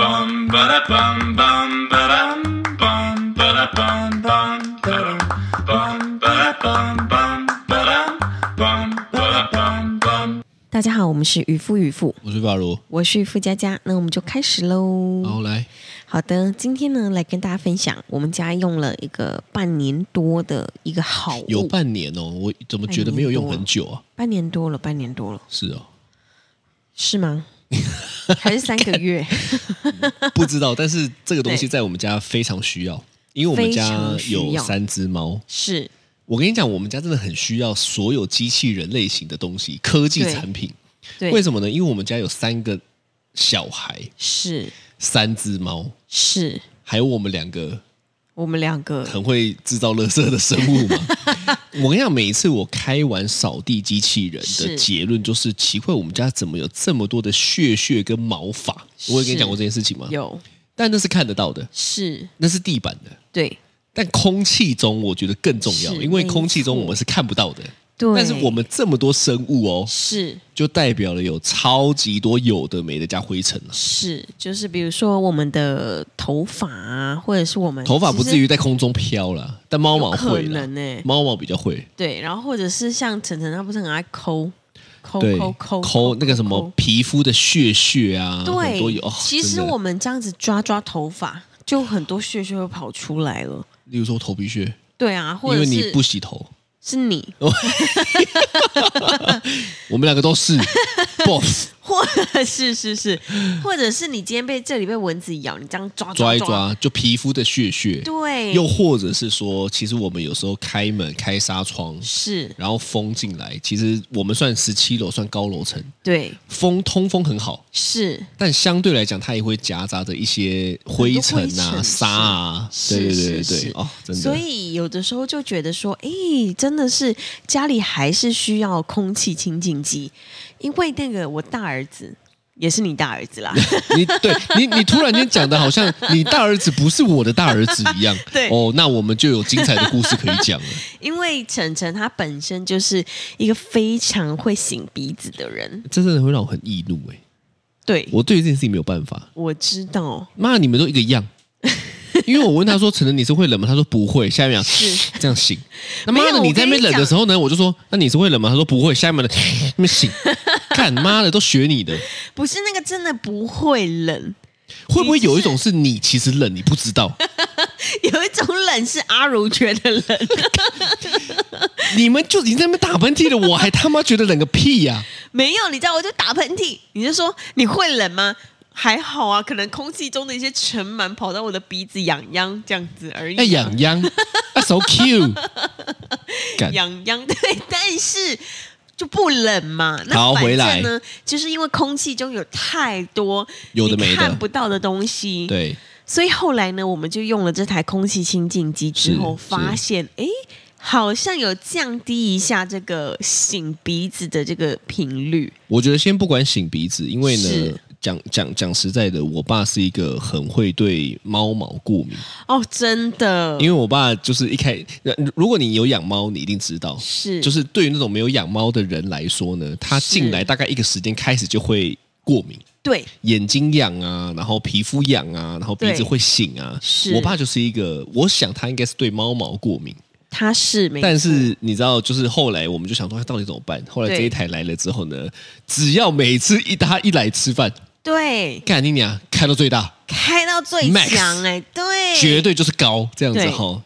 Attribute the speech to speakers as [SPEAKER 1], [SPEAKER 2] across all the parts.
[SPEAKER 1] bum ba da bum bum ba dum bum ba da bum bum ba dum bum ba da bum bum ba dum bum ba da bum bum.
[SPEAKER 2] 大家好，我们是渔夫渔妇，
[SPEAKER 3] 我是法罗，
[SPEAKER 2] 我是渔夫佳佳，那我们就开始喽。
[SPEAKER 3] 然后来，
[SPEAKER 2] 好的，今天呢来跟大家分享，我们家用了一个半年多的一个好物，
[SPEAKER 3] 有半年哦，我怎么觉得没有用很久啊？
[SPEAKER 2] 半年多了，半年多了，
[SPEAKER 3] 是哦，
[SPEAKER 2] 是 吗？还是三个月？
[SPEAKER 3] 不知道，但是这个东西
[SPEAKER 2] 对
[SPEAKER 3] 在我们家非常需要，因为我们
[SPEAKER 2] 非
[SPEAKER 3] 家
[SPEAKER 2] 常需
[SPEAKER 3] 有
[SPEAKER 2] 要
[SPEAKER 3] 三只猫。
[SPEAKER 2] 是
[SPEAKER 3] 我跟你讲，我们家真的很需要所有机器人类型的东西，科技
[SPEAKER 2] 对
[SPEAKER 3] 产品。
[SPEAKER 2] 对，
[SPEAKER 3] 为什么呢？因为我们家有三个小孩，
[SPEAKER 2] 是
[SPEAKER 3] 三只猫，
[SPEAKER 2] 是，
[SPEAKER 3] 还有我们两个
[SPEAKER 2] 我们两个
[SPEAKER 3] 很会制造垃圾的生物 嘛。我跟你讲，每一次我开完扫地机器人
[SPEAKER 2] 是
[SPEAKER 3] 的结论就是奇怪，我们家怎么有这么多的屑屑跟毛发？我有跟你讲过这件事情吗？
[SPEAKER 2] 有
[SPEAKER 3] 但那是看得到的，
[SPEAKER 2] 是，
[SPEAKER 3] 那是地板的。
[SPEAKER 2] 对
[SPEAKER 3] 但空气中，我觉得更重要，
[SPEAKER 2] 是
[SPEAKER 3] 因为
[SPEAKER 2] 没
[SPEAKER 3] 空气中
[SPEAKER 2] 错
[SPEAKER 3] 我们是看不到的。
[SPEAKER 2] 对，
[SPEAKER 3] 但是我们这么多生物哦，
[SPEAKER 2] 是
[SPEAKER 3] 就代表了有超级多有的没的加灰尘了。
[SPEAKER 2] 是，就是比如说我们的头发啊，或者是我们
[SPEAKER 3] 头发不
[SPEAKER 2] 其
[SPEAKER 3] 至
[SPEAKER 2] 实
[SPEAKER 3] 于在空中飘了，但猫毛
[SPEAKER 2] 有可
[SPEAKER 3] 会了
[SPEAKER 2] 能，欸
[SPEAKER 3] 猫毛比较会。
[SPEAKER 2] 对，然后或者是像晨晨他不是很爱抠抠
[SPEAKER 3] 对，
[SPEAKER 2] 抠抠
[SPEAKER 3] 抠那个什么
[SPEAKER 2] 抠
[SPEAKER 3] 皮肤的屑屑啊，很多
[SPEAKER 2] 对
[SPEAKER 3] 有。哦、
[SPEAKER 2] 其实
[SPEAKER 3] 真的
[SPEAKER 2] 我们这样子抓抓头发，就很多屑屑会跑出来了。
[SPEAKER 3] 例如说头皮屑，
[SPEAKER 2] 对啊，或
[SPEAKER 3] 因
[SPEAKER 2] 者
[SPEAKER 3] 为
[SPEAKER 2] 是
[SPEAKER 3] 你不洗哦头，
[SPEAKER 2] 是你，
[SPEAKER 3] 我们两个都 是 boss
[SPEAKER 2] 或者是是是，或者是你今天被这里被蚊子咬，你这样抓
[SPEAKER 3] 抓
[SPEAKER 2] 抓
[SPEAKER 3] 一，抓就皮肤的屑屑，
[SPEAKER 2] 对，
[SPEAKER 3] 又或者是说，其实我们有时候开门开纱窗，
[SPEAKER 2] 是
[SPEAKER 3] 然后风进来，其实我们算十七楼算高楼层，
[SPEAKER 2] 对
[SPEAKER 3] 风通风很好，
[SPEAKER 2] 是
[SPEAKER 3] 但相对来讲它也会夹杂着一些灰尘
[SPEAKER 2] 很多灰
[SPEAKER 3] 啊、
[SPEAKER 2] 尘
[SPEAKER 3] 沙啊，
[SPEAKER 2] 是
[SPEAKER 3] 对对
[SPEAKER 2] 是
[SPEAKER 3] 对对
[SPEAKER 2] 是
[SPEAKER 3] 对，
[SPEAKER 2] 是
[SPEAKER 3] 哦，真的，
[SPEAKER 2] 所以有的时候就觉得说，诶，真的是家里还是需要空气清净机，因为那个我大儿子也是你大儿子啦，
[SPEAKER 3] 你对你你突然间讲的好像你大儿子不是我的大儿子一样。
[SPEAKER 2] 对
[SPEAKER 3] 哦，那我们就有精彩的故事可以讲了。
[SPEAKER 2] 因为晨晨他本身就是一个非常会擤鼻子的人，
[SPEAKER 3] 这真的会让我很易怒哎、
[SPEAKER 2] 对我
[SPEAKER 3] 我对这件事情没有办法。
[SPEAKER 2] 知道
[SPEAKER 3] 妈，你们都一个样。因为我问他说：“晨晨，你是会冷吗？”他说：“不会。”下一秒
[SPEAKER 2] 是
[SPEAKER 3] 这样醒。那
[SPEAKER 2] 没
[SPEAKER 3] 妈
[SPEAKER 2] 有
[SPEAKER 3] 的，
[SPEAKER 2] 我
[SPEAKER 3] 你在那边
[SPEAKER 2] 跟
[SPEAKER 3] 冷
[SPEAKER 2] 你
[SPEAKER 3] 的
[SPEAKER 2] 讲
[SPEAKER 3] 时候呢，我就说：“那你是会冷吗？”他说：“不会。”下一秒的那边醒，看妈的都学你的。
[SPEAKER 2] 不是那个真的不会冷，
[SPEAKER 3] 会不会有一种是你其实冷，你不知道？
[SPEAKER 2] 有一种冷是阿如觉得冷，
[SPEAKER 3] 你们就已经在那边打喷嚏了，我还他妈觉得冷个屁呀、
[SPEAKER 2] 没有，你知道我就打喷嚏，你就说你会冷吗？还好啊，可能空气中的一些尘螨跑到我的鼻子痒痒这样子而已、
[SPEAKER 3] 哎，痒痒啊，so cute，干
[SPEAKER 2] 痒痒， 对，但是就不冷嘛。那
[SPEAKER 3] 好
[SPEAKER 2] 反
[SPEAKER 3] 回来
[SPEAKER 2] 正呢，就是因为空气中有太多
[SPEAKER 3] 有的没的
[SPEAKER 2] 你看不到的东西，。
[SPEAKER 3] 对，
[SPEAKER 2] 所以后来呢，我们就用了这台空气清净机之
[SPEAKER 3] 是
[SPEAKER 2] 后，
[SPEAKER 3] 是
[SPEAKER 2] 发现哎，诶好像有降低一下这个擤鼻子的这个频率。
[SPEAKER 3] 我觉得先不管擤鼻子，因为呢
[SPEAKER 2] 是，
[SPEAKER 3] 讲讲讲实在的，我爸是一个很会对猫毛过敏，
[SPEAKER 2] 哦，真的，
[SPEAKER 3] 因为我爸就是一开，呃如果你有养猫，你一定知道，
[SPEAKER 2] 是
[SPEAKER 3] 就是对于那种没有养猫的人来说呢，他
[SPEAKER 2] 是
[SPEAKER 3] 进来大概一个时间开始就会过敏。
[SPEAKER 2] 对
[SPEAKER 3] 眼睛痒啊，然后皮肤痒啊，然后鼻子
[SPEAKER 2] 对
[SPEAKER 3] 会醒啊。
[SPEAKER 2] 是
[SPEAKER 3] 我爸就是一个，我想他应该是对猫毛过敏，
[SPEAKER 2] 它是没错，
[SPEAKER 3] 但是你知道，就是后来我们就想说，他哎到底怎么办？后来
[SPEAKER 2] 对
[SPEAKER 3] 这一台来了之后呢，只要每次一他一来吃饭，
[SPEAKER 2] 对
[SPEAKER 3] 干你娘，开到最大，
[SPEAKER 2] 开到最
[SPEAKER 3] Max
[SPEAKER 2] 强哎、对，
[SPEAKER 3] 绝对就是高这样子
[SPEAKER 2] 对
[SPEAKER 3] 哈，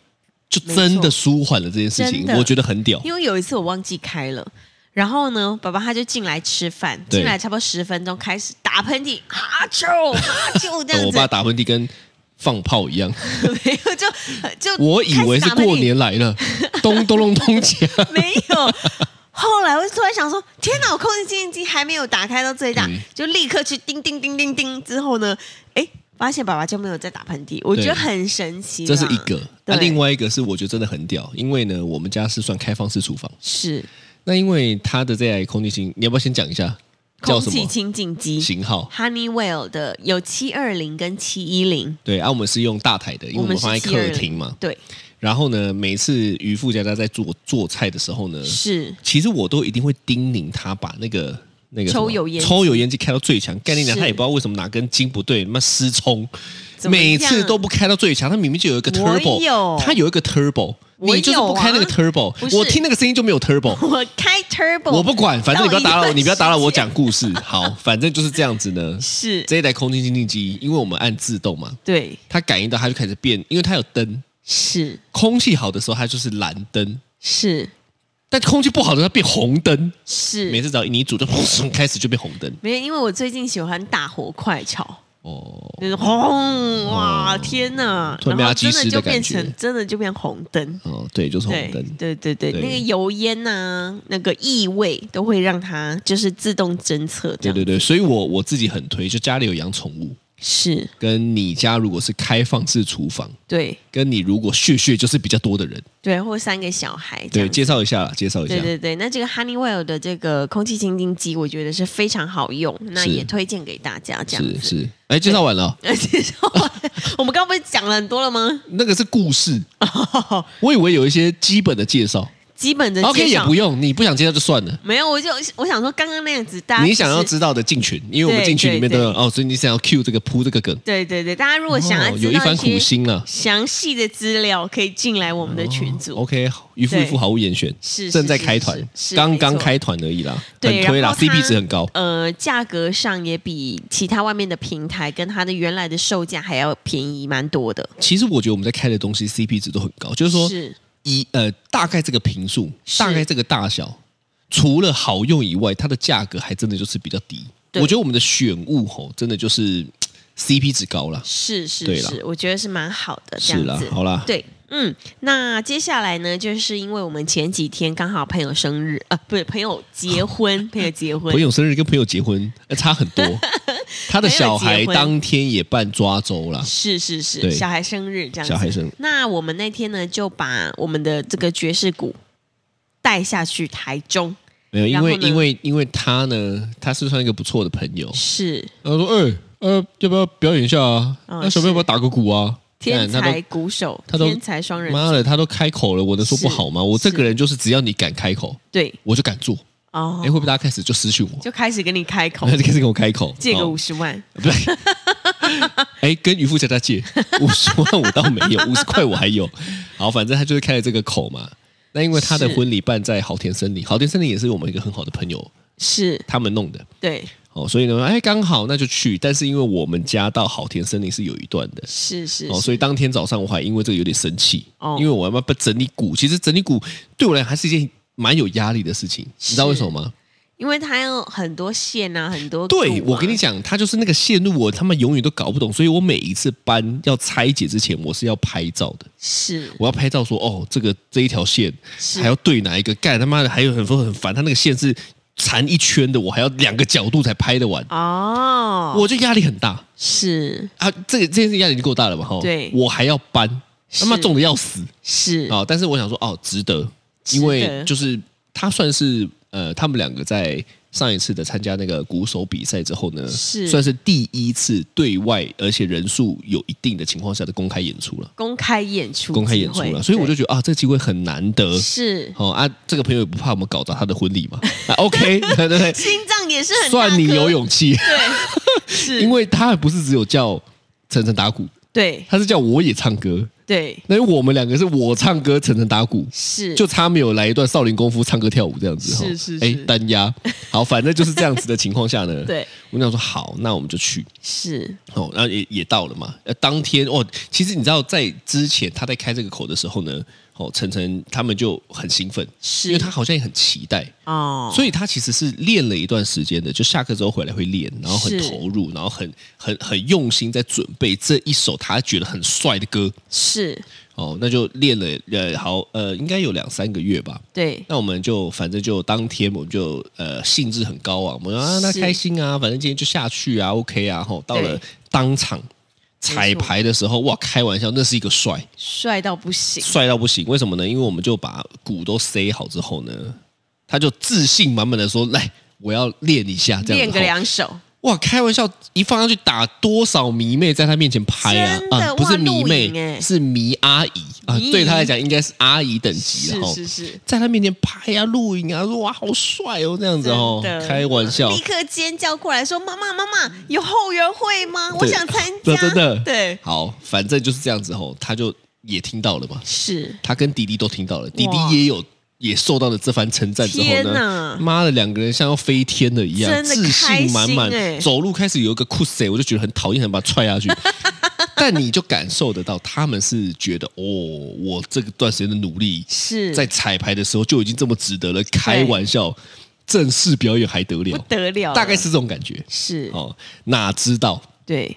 [SPEAKER 3] 就
[SPEAKER 2] 没错
[SPEAKER 3] 真的舒缓了这件事
[SPEAKER 2] 真
[SPEAKER 3] 情，
[SPEAKER 2] 的
[SPEAKER 3] 我觉得很屌。
[SPEAKER 2] 因为有一次我忘记开了，然后呢，爸爸他就进来吃饭，
[SPEAKER 3] 对
[SPEAKER 2] 进来差不多十分钟，开始打喷嚏，哈啾哈啾这 样
[SPEAKER 3] 哦我爸
[SPEAKER 2] 子，
[SPEAKER 3] 打喷嚏跟放炮一样，
[SPEAKER 2] 没有就就
[SPEAKER 3] 我以为是过年来了，咚咚咚咚 锵。
[SPEAKER 2] 开始打喷嚏，没有。后来我就突然想说，天哪！我空气净化机还没有打开到最
[SPEAKER 3] 嗯
[SPEAKER 2] 大，就立刻去叮叮叮叮叮。之后呢，哎，发现爸爸就没有在打喷嚏，我觉得
[SPEAKER 3] 对
[SPEAKER 2] 很神奇啦。
[SPEAKER 3] 这是一个。那、
[SPEAKER 2] 对
[SPEAKER 3] 另外一个是我觉得真的很屌，因为呢，我们家是算开放式厨房。
[SPEAKER 2] 是
[SPEAKER 3] 那因为它的这台空气清，你要不要先讲一下叫
[SPEAKER 2] 空
[SPEAKER 3] 什
[SPEAKER 2] 气
[SPEAKER 3] 么
[SPEAKER 2] 清净机
[SPEAKER 3] 型号？
[SPEAKER 2] ，Honeywell 的有七二零跟七一零，
[SPEAKER 3] 对，啊，我们是用大台的，因为我
[SPEAKER 2] 们
[SPEAKER 3] 们
[SPEAKER 2] 是
[SPEAKER 3] 放在客
[SPEAKER 2] 720
[SPEAKER 3] 厅嘛。
[SPEAKER 2] 对，
[SPEAKER 3] 然后呢，每次渔夫家家在做做菜的时候呢，
[SPEAKER 2] 是
[SPEAKER 3] 其实我都一定会叮咛他把那个那个什么
[SPEAKER 2] 抽油烟机
[SPEAKER 3] 抽油烟机开到最强，干你娘！
[SPEAKER 2] 是
[SPEAKER 3] 他也不知道为什么哪根筋不对，他妈失聪，
[SPEAKER 2] 怎么样
[SPEAKER 3] 每次都不开到最强。他明明就有一个
[SPEAKER 2] 我
[SPEAKER 3] turbo，
[SPEAKER 2] 有
[SPEAKER 3] 他有一个 turbo，
[SPEAKER 2] 我
[SPEAKER 3] 你就是不开那个
[SPEAKER 2] 有啊
[SPEAKER 3] turbo，
[SPEAKER 2] 不是
[SPEAKER 3] 我听那个声音就没有 turbo。
[SPEAKER 2] 我开 turbo，
[SPEAKER 3] 我不管，反正你不要打扰
[SPEAKER 2] 到一
[SPEAKER 3] 我，
[SPEAKER 2] 个
[SPEAKER 3] 你不要打扰我
[SPEAKER 2] 时间
[SPEAKER 3] 讲故事。好，反正就是这样子呢。
[SPEAKER 2] 是
[SPEAKER 3] 这一台空气清净机，因为我们按自动嘛，
[SPEAKER 2] 对，
[SPEAKER 3] 它感应到它就开始变，因为它有灯，
[SPEAKER 2] 是
[SPEAKER 3] 空气好的时候它就是蓝灯，
[SPEAKER 2] 是
[SPEAKER 3] 但空气不好的时候它变红灯。
[SPEAKER 2] 是，
[SPEAKER 3] 每次只要你一煮就 砰开始就变红灯。
[SPEAKER 2] 没有，因为我最近喜欢大火快炒，
[SPEAKER 3] 哦，
[SPEAKER 2] 就是轰哇，天哪！
[SPEAKER 3] 突然
[SPEAKER 2] 然
[SPEAKER 3] 被
[SPEAKER 2] 后
[SPEAKER 3] 它击
[SPEAKER 2] 真的
[SPEAKER 3] 湿
[SPEAKER 2] 就
[SPEAKER 3] 的感
[SPEAKER 2] 变
[SPEAKER 3] 觉
[SPEAKER 2] 成真的就变红灯，
[SPEAKER 3] 哦，对，就是红
[SPEAKER 2] 对
[SPEAKER 3] 灯。
[SPEAKER 2] 对对对，
[SPEAKER 3] 对
[SPEAKER 2] 那个油烟呐、那个异味都会让它就是自动侦测
[SPEAKER 3] 对
[SPEAKER 2] 这样，
[SPEAKER 3] 对对，所以我我自己很推，就家里有养宠物，
[SPEAKER 2] 是，
[SPEAKER 3] 跟你家如果是开放式厨房，
[SPEAKER 2] 对
[SPEAKER 3] 跟你如果血血就是比较多的人，
[SPEAKER 2] 对，或三个小孩这
[SPEAKER 3] 对，
[SPEAKER 2] 样子。
[SPEAKER 3] 介绍一下啦，介绍一下
[SPEAKER 2] 对。对对，那这个 Honeywell 的这个空气清净机，我觉得是非常好用，那
[SPEAKER 3] 是
[SPEAKER 2] 也推荐给大家这样
[SPEAKER 3] 是
[SPEAKER 2] 子。
[SPEAKER 3] 是，哎，介绍完了哦，
[SPEAKER 2] 介绍完了 我们刚刚不是讲了很多了吗？
[SPEAKER 3] 那个是故 事，我以为有一些基本的介绍。
[SPEAKER 2] 基本的介
[SPEAKER 3] OK，也
[SPEAKER 2] 绍
[SPEAKER 3] 不用，你不想介绍就算了。
[SPEAKER 2] 没有，我就我想说刚刚那样子，大家
[SPEAKER 3] 你想要
[SPEAKER 2] 就是
[SPEAKER 3] 知道的进群，因为我们进群里面都有哦，所以你想要 Q 这个铺这个梗，
[SPEAKER 2] 对对对，大家如果想要
[SPEAKER 3] 哦
[SPEAKER 2] 知
[SPEAKER 3] 有一
[SPEAKER 2] 道
[SPEAKER 3] 番苦
[SPEAKER 2] 些
[SPEAKER 3] 心了。
[SPEAKER 2] 详细的资料，可以进来我们的群组。
[SPEAKER 3] OK，渔夫渔夫
[SPEAKER 2] 对
[SPEAKER 3] 毫无严选，
[SPEAKER 2] 是是
[SPEAKER 3] 哦正在开团
[SPEAKER 2] 是是，是
[SPEAKER 3] 刚
[SPEAKER 2] 没
[SPEAKER 3] 刚
[SPEAKER 2] 错
[SPEAKER 3] 开团而已啦，
[SPEAKER 2] 对
[SPEAKER 3] 很推啦
[SPEAKER 2] 然后它
[SPEAKER 3] ，CP 值很高。
[SPEAKER 2] 呃，价格上也比其他外面的平台跟它的原来的售价还要便宜蛮多的。
[SPEAKER 3] 其实我觉得我们在开的东西 CP 值都很高，就是说
[SPEAKER 2] 是
[SPEAKER 3] 一呃大概这个频数，
[SPEAKER 2] 是
[SPEAKER 3] 大概这个大小，除了好用以外，它的价格还真的就是比较低。
[SPEAKER 2] 对
[SPEAKER 3] 我觉得我们的选物吼，真的就是 CP 值高啦。
[SPEAKER 2] 是是
[SPEAKER 3] 对啦
[SPEAKER 2] 是，我觉得是蛮好的这
[SPEAKER 3] 是
[SPEAKER 2] 样
[SPEAKER 3] 啦
[SPEAKER 2] 子，。
[SPEAKER 3] 好啦，
[SPEAKER 2] 对，嗯，那接下来呢，就是因为我们前几天刚好朋友生日，啊，不是朋友结婚，朋友结婚
[SPEAKER 3] 朋，友生日跟朋友结婚、呃、差很 多，他的小
[SPEAKER 2] 朋友
[SPEAKER 3] 孩
[SPEAKER 2] 结婚
[SPEAKER 3] 当天也办抓周啦。
[SPEAKER 2] 是是是，
[SPEAKER 3] 对
[SPEAKER 2] 小孩生日这样子。
[SPEAKER 3] 小孩生日
[SPEAKER 2] 那我们那天呢，就把我们的这个爵士鼓带下去台中，
[SPEAKER 3] 没有，因
[SPEAKER 2] 然后
[SPEAKER 3] 为
[SPEAKER 2] 呢
[SPEAKER 3] 因为因为他呢，他是算一个不错的朋友，
[SPEAKER 2] 是
[SPEAKER 3] 然后说，哎、呃，要不要表演一下啊？
[SPEAKER 2] 嗯
[SPEAKER 3] 那小朋友要不要打个鼓啊？
[SPEAKER 2] 天
[SPEAKER 3] 干他都
[SPEAKER 2] 才鼓手，
[SPEAKER 3] 他都
[SPEAKER 2] 天才双人，
[SPEAKER 3] 妈的，他都开口了，我能说不
[SPEAKER 2] 是
[SPEAKER 3] 好吗？我这
[SPEAKER 2] 是
[SPEAKER 3] 个人就是只要你敢开口，
[SPEAKER 2] 对
[SPEAKER 3] 我就敢做。
[SPEAKER 2] 哦
[SPEAKER 3] 哎、，会不会大家开始就失去我？
[SPEAKER 2] 就开始跟你开口
[SPEAKER 3] 然 后就开始跟我开口，
[SPEAKER 2] 借个
[SPEAKER 3] 哦
[SPEAKER 2] 五十万，
[SPEAKER 3] 不对，哎，跟渔夫家家借 五十万，我倒没有，五十块我还有。好，反正他就是开了这个口嘛。那因为他的
[SPEAKER 2] 是
[SPEAKER 3] 婚礼办在好田森林，好田森林也是我们一个很好的朋友
[SPEAKER 2] 是
[SPEAKER 3] 他们弄的
[SPEAKER 2] 对，
[SPEAKER 3] 哦，所以呢，哎，刚好那就去。但是因为我们家到好田森林是有一段的
[SPEAKER 2] 是是
[SPEAKER 3] 哦，
[SPEAKER 2] 是
[SPEAKER 3] 所以当天早上我还因为这个有点生气，
[SPEAKER 2] 哦
[SPEAKER 3] 因为我要不整理股，其实整理股对我来讲还是一件蛮有压力的事情，你知道为什么
[SPEAKER 2] 啊
[SPEAKER 3] 吗？
[SPEAKER 2] 因为他有很多线啊，很多、
[SPEAKER 3] 对，我跟你，讲，它就是那个线路，我他们永远都搞不懂，所以我每一次搬要拆解之前，我是要拍照的，
[SPEAKER 2] 是
[SPEAKER 3] 我要拍照说，哦，这个这一条线
[SPEAKER 2] 是
[SPEAKER 3] 还要对哪一个干，他妈的还有很多很烦，他那个线是缠一圈的，我还要两个角度才拍得完，
[SPEAKER 2] 哦，
[SPEAKER 3] 我就压力很大
[SPEAKER 2] 是
[SPEAKER 3] 啊，这个这件事压力就够大了吧？哈，
[SPEAKER 2] 对
[SPEAKER 3] 我还要搬，他妈
[SPEAKER 2] 是
[SPEAKER 3] 重的要死
[SPEAKER 2] 是
[SPEAKER 3] 啊！但是我想说，哦，值得，
[SPEAKER 2] 值
[SPEAKER 3] 因为
[SPEAKER 2] 得
[SPEAKER 3] 就是他算是呃，他们两个在上一次的参加那个鼓手比赛之后呢，
[SPEAKER 2] 是
[SPEAKER 3] 算是第一次对外，而且人数有一定的情况下的公开演出了，
[SPEAKER 2] 公开演出机会，
[SPEAKER 3] 公开演出了，所以我就
[SPEAKER 2] 对
[SPEAKER 3] 觉得啊，这个机会很难得。
[SPEAKER 2] 是
[SPEAKER 3] 哦啊，这个朋友也不怕我们搞砸他的婚礼嘛？ 啊，OK，对对对，
[SPEAKER 2] 心脏也是很大
[SPEAKER 3] 算你
[SPEAKER 2] 颗
[SPEAKER 3] 有勇气，
[SPEAKER 2] 对，是
[SPEAKER 3] 因为他不是只有叫晨晨打鼓，
[SPEAKER 2] 对
[SPEAKER 3] 他是叫我也唱歌。
[SPEAKER 2] 对
[SPEAKER 3] 那我们两个是我唱歌，晨晨打鼓，
[SPEAKER 2] 是
[SPEAKER 3] 就差没有来一段少林功夫唱歌跳舞这样子哈。
[SPEAKER 2] 是是是
[SPEAKER 3] 哎，单压，好，反正就是这样子的情况下呢，
[SPEAKER 2] 对
[SPEAKER 3] 我想说好，那我们就去。
[SPEAKER 2] 是
[SPEAKER 3] 哦，然后也也到了嘛。呃，当天哦，其实你知道，在之前他在开这个口的时候呢，哦，晨晨他们就很兴奋，
[SPEAKER 2] 是
[SPEAKER 3] 因为他好像也很期待，
[SPEAKER 2] 哦，
[SPEAKER 3] 所以他其实是练了一段时间的，就下课之后回来会练，然后很
[SPEAKER 2] 是
[SPEAKER 3] 投入，然后很很很用心在准备这一首他觉得很帅的歌。
[SPEAKER 2] 是
[SPEAKER 3] 哦，那就练了呃好呃，应该有两三个月吧。
[SPEAKER 2] 对
[SPEAKER 3] 那我们就反正就当天我们就呃兴致很高昂，我们说啊那
[SPEAKER 2] 是
[SPEAKER 3] 开心啊，反正今天就下去啊，OK 啊，吼，到了
[SPEAKER 2] 对
[SPEAKER 3] 当场彩排的时候，哇，开玩笑，那是一个帅，
[SPEAKER 2] 帅到不行，
[SPEAKER 3] 帅到不行，为什么呢？因为我们就把鼓都塞好之后呢，他就自信满满的说，来，我要练一下，这样
[SPEAKER 2] 练
[SPEAKER 3] 子
[SPEAKER 2] 个
[SPEAKER 3] 吼
[SPEAKER 2] 两手
[SPEAKER 3] 哇，开玩笑，一放上去打多少迷妹在他面前拍啊
[SPEAKER 2] 真的
[SPEAKER 3] 啊，不是
[SPEAKER 2] 哇
[SPEAKER 3] 迷
[SPEAKER 2] 录
[SPEAKER 3] 妹，
[SPEAKER 2] 影欸
[SPEAKER 3] 是迷阿姨啊
[SPEAKER 2] 迷，
[SPEAKER 3] 对他来讲应该是阿姨等级了
[SPEAKER 2] 是
[SPEAKER 3] 哦。
[SPEAKER 2] 是是，
[SPEAKER 3] 在他面前拍啊、录影啊，说哇好帅哦，这样子哦
[SPEAKER 2] 真，的
[SPEAKER 3] 开玩笑，
[SPEAKER 2] 立刻尖叫过来说：“妈妈，妈妈，有后援会吗？我
[SPEAKER 3] 对
[SPEAKER 2] 想参
[SPEAKER 3] 这
[SPEAKER 2] 加。”
[SPEAKER 3] 真的
[SPEAKER 2] 对，
[SPEAKER 3] 好，反正就是这样子哦，他就也听到了嘛，
[SPEAKER 2] 是
[SPEAKER 3] 他跟弟弟都听到了，弟
[SPEAKER 2] 哇
[SPEAKER 3] 弟也有也受到了这番称赞之后
[SPEAKER 2] 天
[SPEAKER 3] 呢
[SPEAKER 2] 哪，
[SPEAKER 3] 妈的，两个人像要飞天了一样，
[SPEAKER 2] 真的
[SPEAKER 3] 自信满满，
[SPEAKER 2] 开心欸
[SPEAKER 3] 走路开始有一个酷塞，我就觉得很讨厌，想把他踹 下去。但你就感受得到，他们是觉得哦，我这个段时间的努力，
[SPEAKER 2] 是，
[SPEAKER 3] 在彩排的时候就已经这么值得了，开玩笑，正式表演还得
[SPEAKER 2] 不
[SPEAKER 3] 了，
[SPEAKER 2] 得了了，
[SPEAKER 3] 大概是这种感觉
[SPEAKER 2] 是，
[SPEAKER 3] 哦。哪知道
[SPEAKER 2] 对，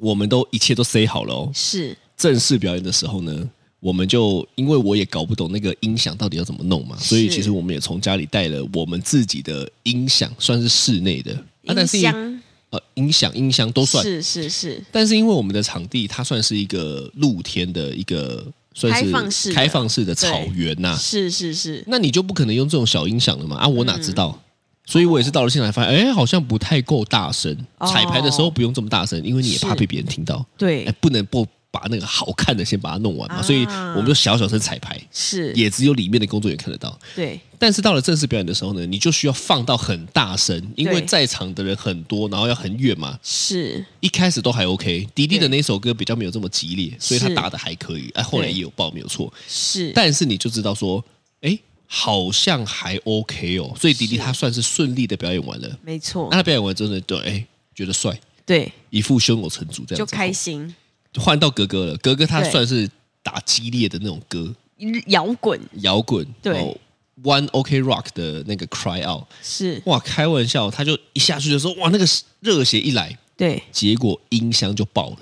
[SPEAKER 3] 我们都一切都 say 好了哦，
[SPEAKER 2] 是
[SPEAKER 3] 正式表演的时候呢，我们就因为我也搞不懂那个音响到底要怎么弄嘛，所以
[SPEAKER 2] 是
[SPEAKER 3] 其实我们也从家里带了我们自己的音响，算是室内的，啊、
[SPEAKER 2] 音
[SPEAKER 3] 但是
[SPEAKER 2] 箱，
[SPEAKER 3] 呃音响音箱都算，
[SPEAKER 2] 是是是，
[SPEAKER 3] 但是因为我们的场地它算是一个露天的一个算是
[SPEAKER 2] 开放式的
[SPEAKER 3] 开放式的草原呐、
[SPEAKER 2] 是是是，
[SPEAKER 3] 那你就不可能用这种小音响了嘛？啊，
[SPEAKER 2] 嗯
[SPEAKER 3] 我哪知道？所以我也是到了现场发现，哎，好像不太够大声。
[SPEAKER 2] 哦
[SPEAKER 3] 彩排的时候不用这么大声，因为你也怕
[SPEAKER 2] 是
[SPEAKER 3] 被别人听到。哎
[SPEAKER 2] 对，，
[SPEAKER 3] 不能不把那个好看的先把它弄完嘛，
[SPEAKER 2] 啊
[SPEAKER 3] 所以我们就小小声彩排，
[SPEAKER 2] 是，
[SPEAKER 3] 也只有里面的工作人员看得到。
[SPEAKER 2] 对，
[SPEAKER 3] 但是到了正式表演的时候呢，你就需要放到很大声，因为
[SPEAKER 2] 对
[SPEAKER 3] 在场的人很多，然后要很远嘛。
[SPEAKER 2] 是
[SPEAKER 3] 一开始都还 OK，迪迪的那首歌比较没有这么激烈，所以他
[SPEAKER 2] 是
[SPEAKER 3] 打的还可以，哎，后来也有爆没有错。
[SPEAKER 2] 是，
[SPEAKER 3] 但是你就知道说，哎，好像还 OK 哦，所以迪迪他算是顺利的表演完了。
[SPEAKER 2] 没错
[SPEAKER 3] 那，他表演完之后呢，对，哎，觉得帅，
[SPEAKER 2] 对，
[SPEAKER 3] 一副胸有成竹这样子，哦
[SPEAKER 2] 就开心，
[SPEAKER 3] 换到格格了，格格他
[SPEAKER 2] 对
[SPEAKER 3] 算是打激烈的那种歌，
[SPEAKER 2] 摇滚
[SPEAKER 3] 摇滚，
[SPEAKER 2] 对
[SPEAKER 3] 哦 One OK Rock 的那个 Cry Out，
[SPEAKER 2] 是，
[SPEAKER 3] 哇，开玩笑，他就一下去的时候，哇，那个热血一来，
[SPEAKER 2] 对，
[SPEAKER 3] 结果音箱就爆了。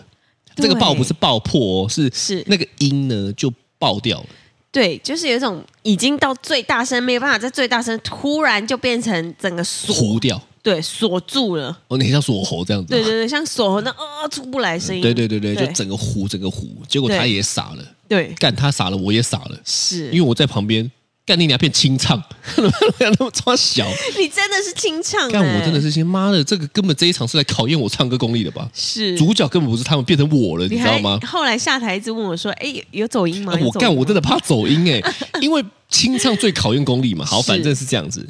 [SPEAKER 2] 对
[SPEAKER 3] 这个爆不是爆破哦，是
[SPEAKER 2] 是
[SPEAKER 3] 那个音呢就爆掉了，
[SPEAKER 2] 对，就是有一种已经到最大声，没有办法在最大声，突然就变成整个锁，
[SPEAKER 3] 糊掉，
[SPEAKER 2] 对，锁住了。
[SPEAKER 3] 哦，你像锁喉这样子，
[SPEAKER 2] 对对对，像锁喉那啊、出不来声音。
[SPEAKER 3] 对对对对
[SPEAKER 2] 对
[SPEAKER 3] 就整个糊整个糊，结果
[SPEAKER 2] 对
[SPEAKER 3] 他也傻了，
[SPEAKER 2] 对
[SPEAKER 3] 干他傻了，我也傻了，
[SPEAKER 2] 是
[SPEAKER 3] 因为我在旁边干你俩变清唱， 那么这么小，
[SPEAKER 2] 你真的是清唱、欸，
[SPEAKER 3] 干我真的是先妈的，这个根本这一场是来考验我唱歌功力的吧？
[SPEAKER 2] 是
[SPEAKER 3] 主角根本不是他们，变成我了，你知道吗
[SPEAKER 2] 还？后来下台一直问我说：“哎，有有走音吗
[SPEAKER 3] 啊？”
[SPEAKER 2] 有
[SPEAKER 3] 我
[SPEAKER 2] 走音
[SPEAKER 3] 干，我真
[SPEAKER 2] 的
[SPEAKER 3] 的怕走音 哎、因为清唱最考验功力嘛。好，
[SPEAKER 2] 是
[SPEAKER 3] 反正是这样子。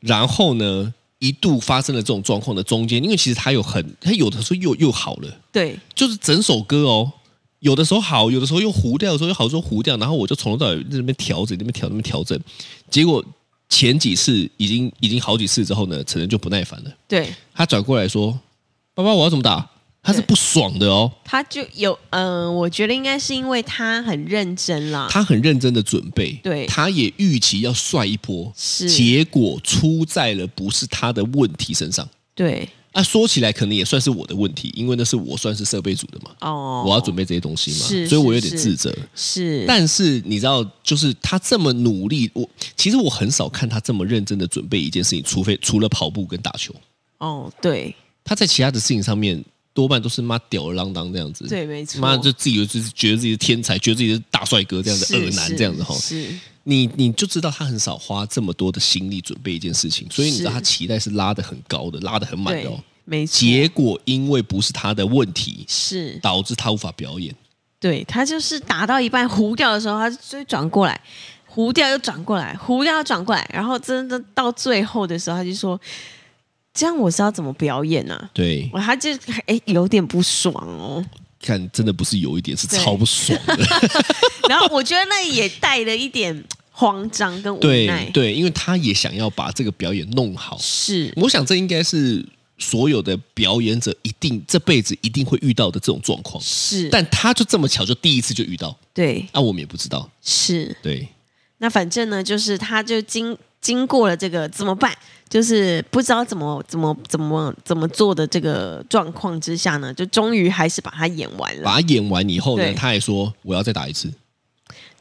[SPEAKER 3] 然后呢，一度发生了这种状况的中间，因为其实他有很，他有的时候又又好了，
[SPEAKER 2] 对
[SPEAKER 3] 就是整首歌哦，有的时候好，有的时候又糊掉，有时候又好，有时候糊掉。然后我就从头到尾在那边调整，那边调，那边调整。结果前几次已经已经好几次之后呢，成人就不耐烦了。
[SPEAKER 2] 对，
[SPEAKER 3] 他转过来说：“爸爸，我要怎么打？”他是不爽的哦，
[SPEAKER 2] 他就有嗯、呃我觉得应该是因为他很认真啦，
[SPEAKER 3] 他很认真的准备，
[SPEAKER 2] 啊对
[SPEAKER 3] 他也预期要帅一波，
[SPEAKER 2] 是
[SPEAKER 3] 结果出在了不是他的问题身上。
[SPEAKER 2] 对
[SPEAKER 3] 啊，说起来可能也算是我的问题，因为那是我算是设备组的嘛，
[SPEAKER 2] 哦，
[SPEAKER 3] 我要准备这些东西嘛，
[SPEAKER 2] 是
[SPEAKER 3] 所以我
[SPEAKER 2] 是
[SPEAKER 3] 有点
[SPEAKER 2] 是
[SPEAKER 3] 自责。
[SPEAKER 2] 是，
[SPEAKER 3] 但是你知道，就是他这么努力，我其实我很少看他这么认真的准备一件事情，除非除了跑步跟打球，
[SPEAKER 2] 哦对
[SPEAKER 3] 他在其他的事情上面多半都是妈吊儿郎当这样子。
[SPEAKER 2] 对没错，
[SPEAKER 3] 妈就自己就是觉得自己是天才，觉得自己是大帅哥这样的
[SPEAKER 2] 是
[SPEAKER 3] 耳男
[SPEAKER 2] 是
[SPEAKER 3] 这样子哈，
[SPEAKER 2] 是
[SPEAKER 3] 你你就知道他很少花这么多的心力准备一件事情，所以你知道
[SPEAKER 2] 是
[SPEAKER 3] 他期待是拉的很高的，拉的很满的哦
[SPEAKER 2] 对。没错，
[SPEAKER 3] 结果因为不是他的问题，
[SPEAKER 2] 是
[SPEAKER 3] 导致他无法表演。
[SPEAKER 2] 对他就是打到一半糊掉的时候，他就转过来，糊掉又转过来，糊掉又转过来，然后真的到最后的时候，他就说：“这样我是要怎么表演呢、啊
[SPEAKER 3] 对？”，
[SPEAKER 2] 我他就哎有点不爽哦，
[SPEAKER 3] 看真的不是有一点是
[SPEAKER 2] 对
[SPEAKER 3] 超不爽 的。
[SPEAKER 2] 然后我觉得那也带了一点慌张跟无
[SPEAKER 3] 对
[SPEAKER 2] 奈，
[SPEAKER 3] 对，因为他也想要把这个表演弄好。
[SPEAKER 2] 是
[SPEAKER 3] 我想这应该是所有的表演者一定这辈子一定会遇到的这种状况，
[SPEAKER 2] 是，
[SPEAKER 3] 但他就这么巧就第一次就遇到，
[SPEAKER 2] 对
[SPEAKER 3] 啊，我们也不知道。
[SPEAKER 2] 是。
[SPEAKER 3] 对，
[SPEAKER 2] 那反正呢，就是他就经经过了这个怎么办，就是不知道怎么怎么怎么怎么做的这个状况之下呢，就终于还是把它演完了。
[SPEAKER 3] 把他演完以后呢，
[SPEAKER 2] 对
[SPEAKER 3] 他还说我要再打一次。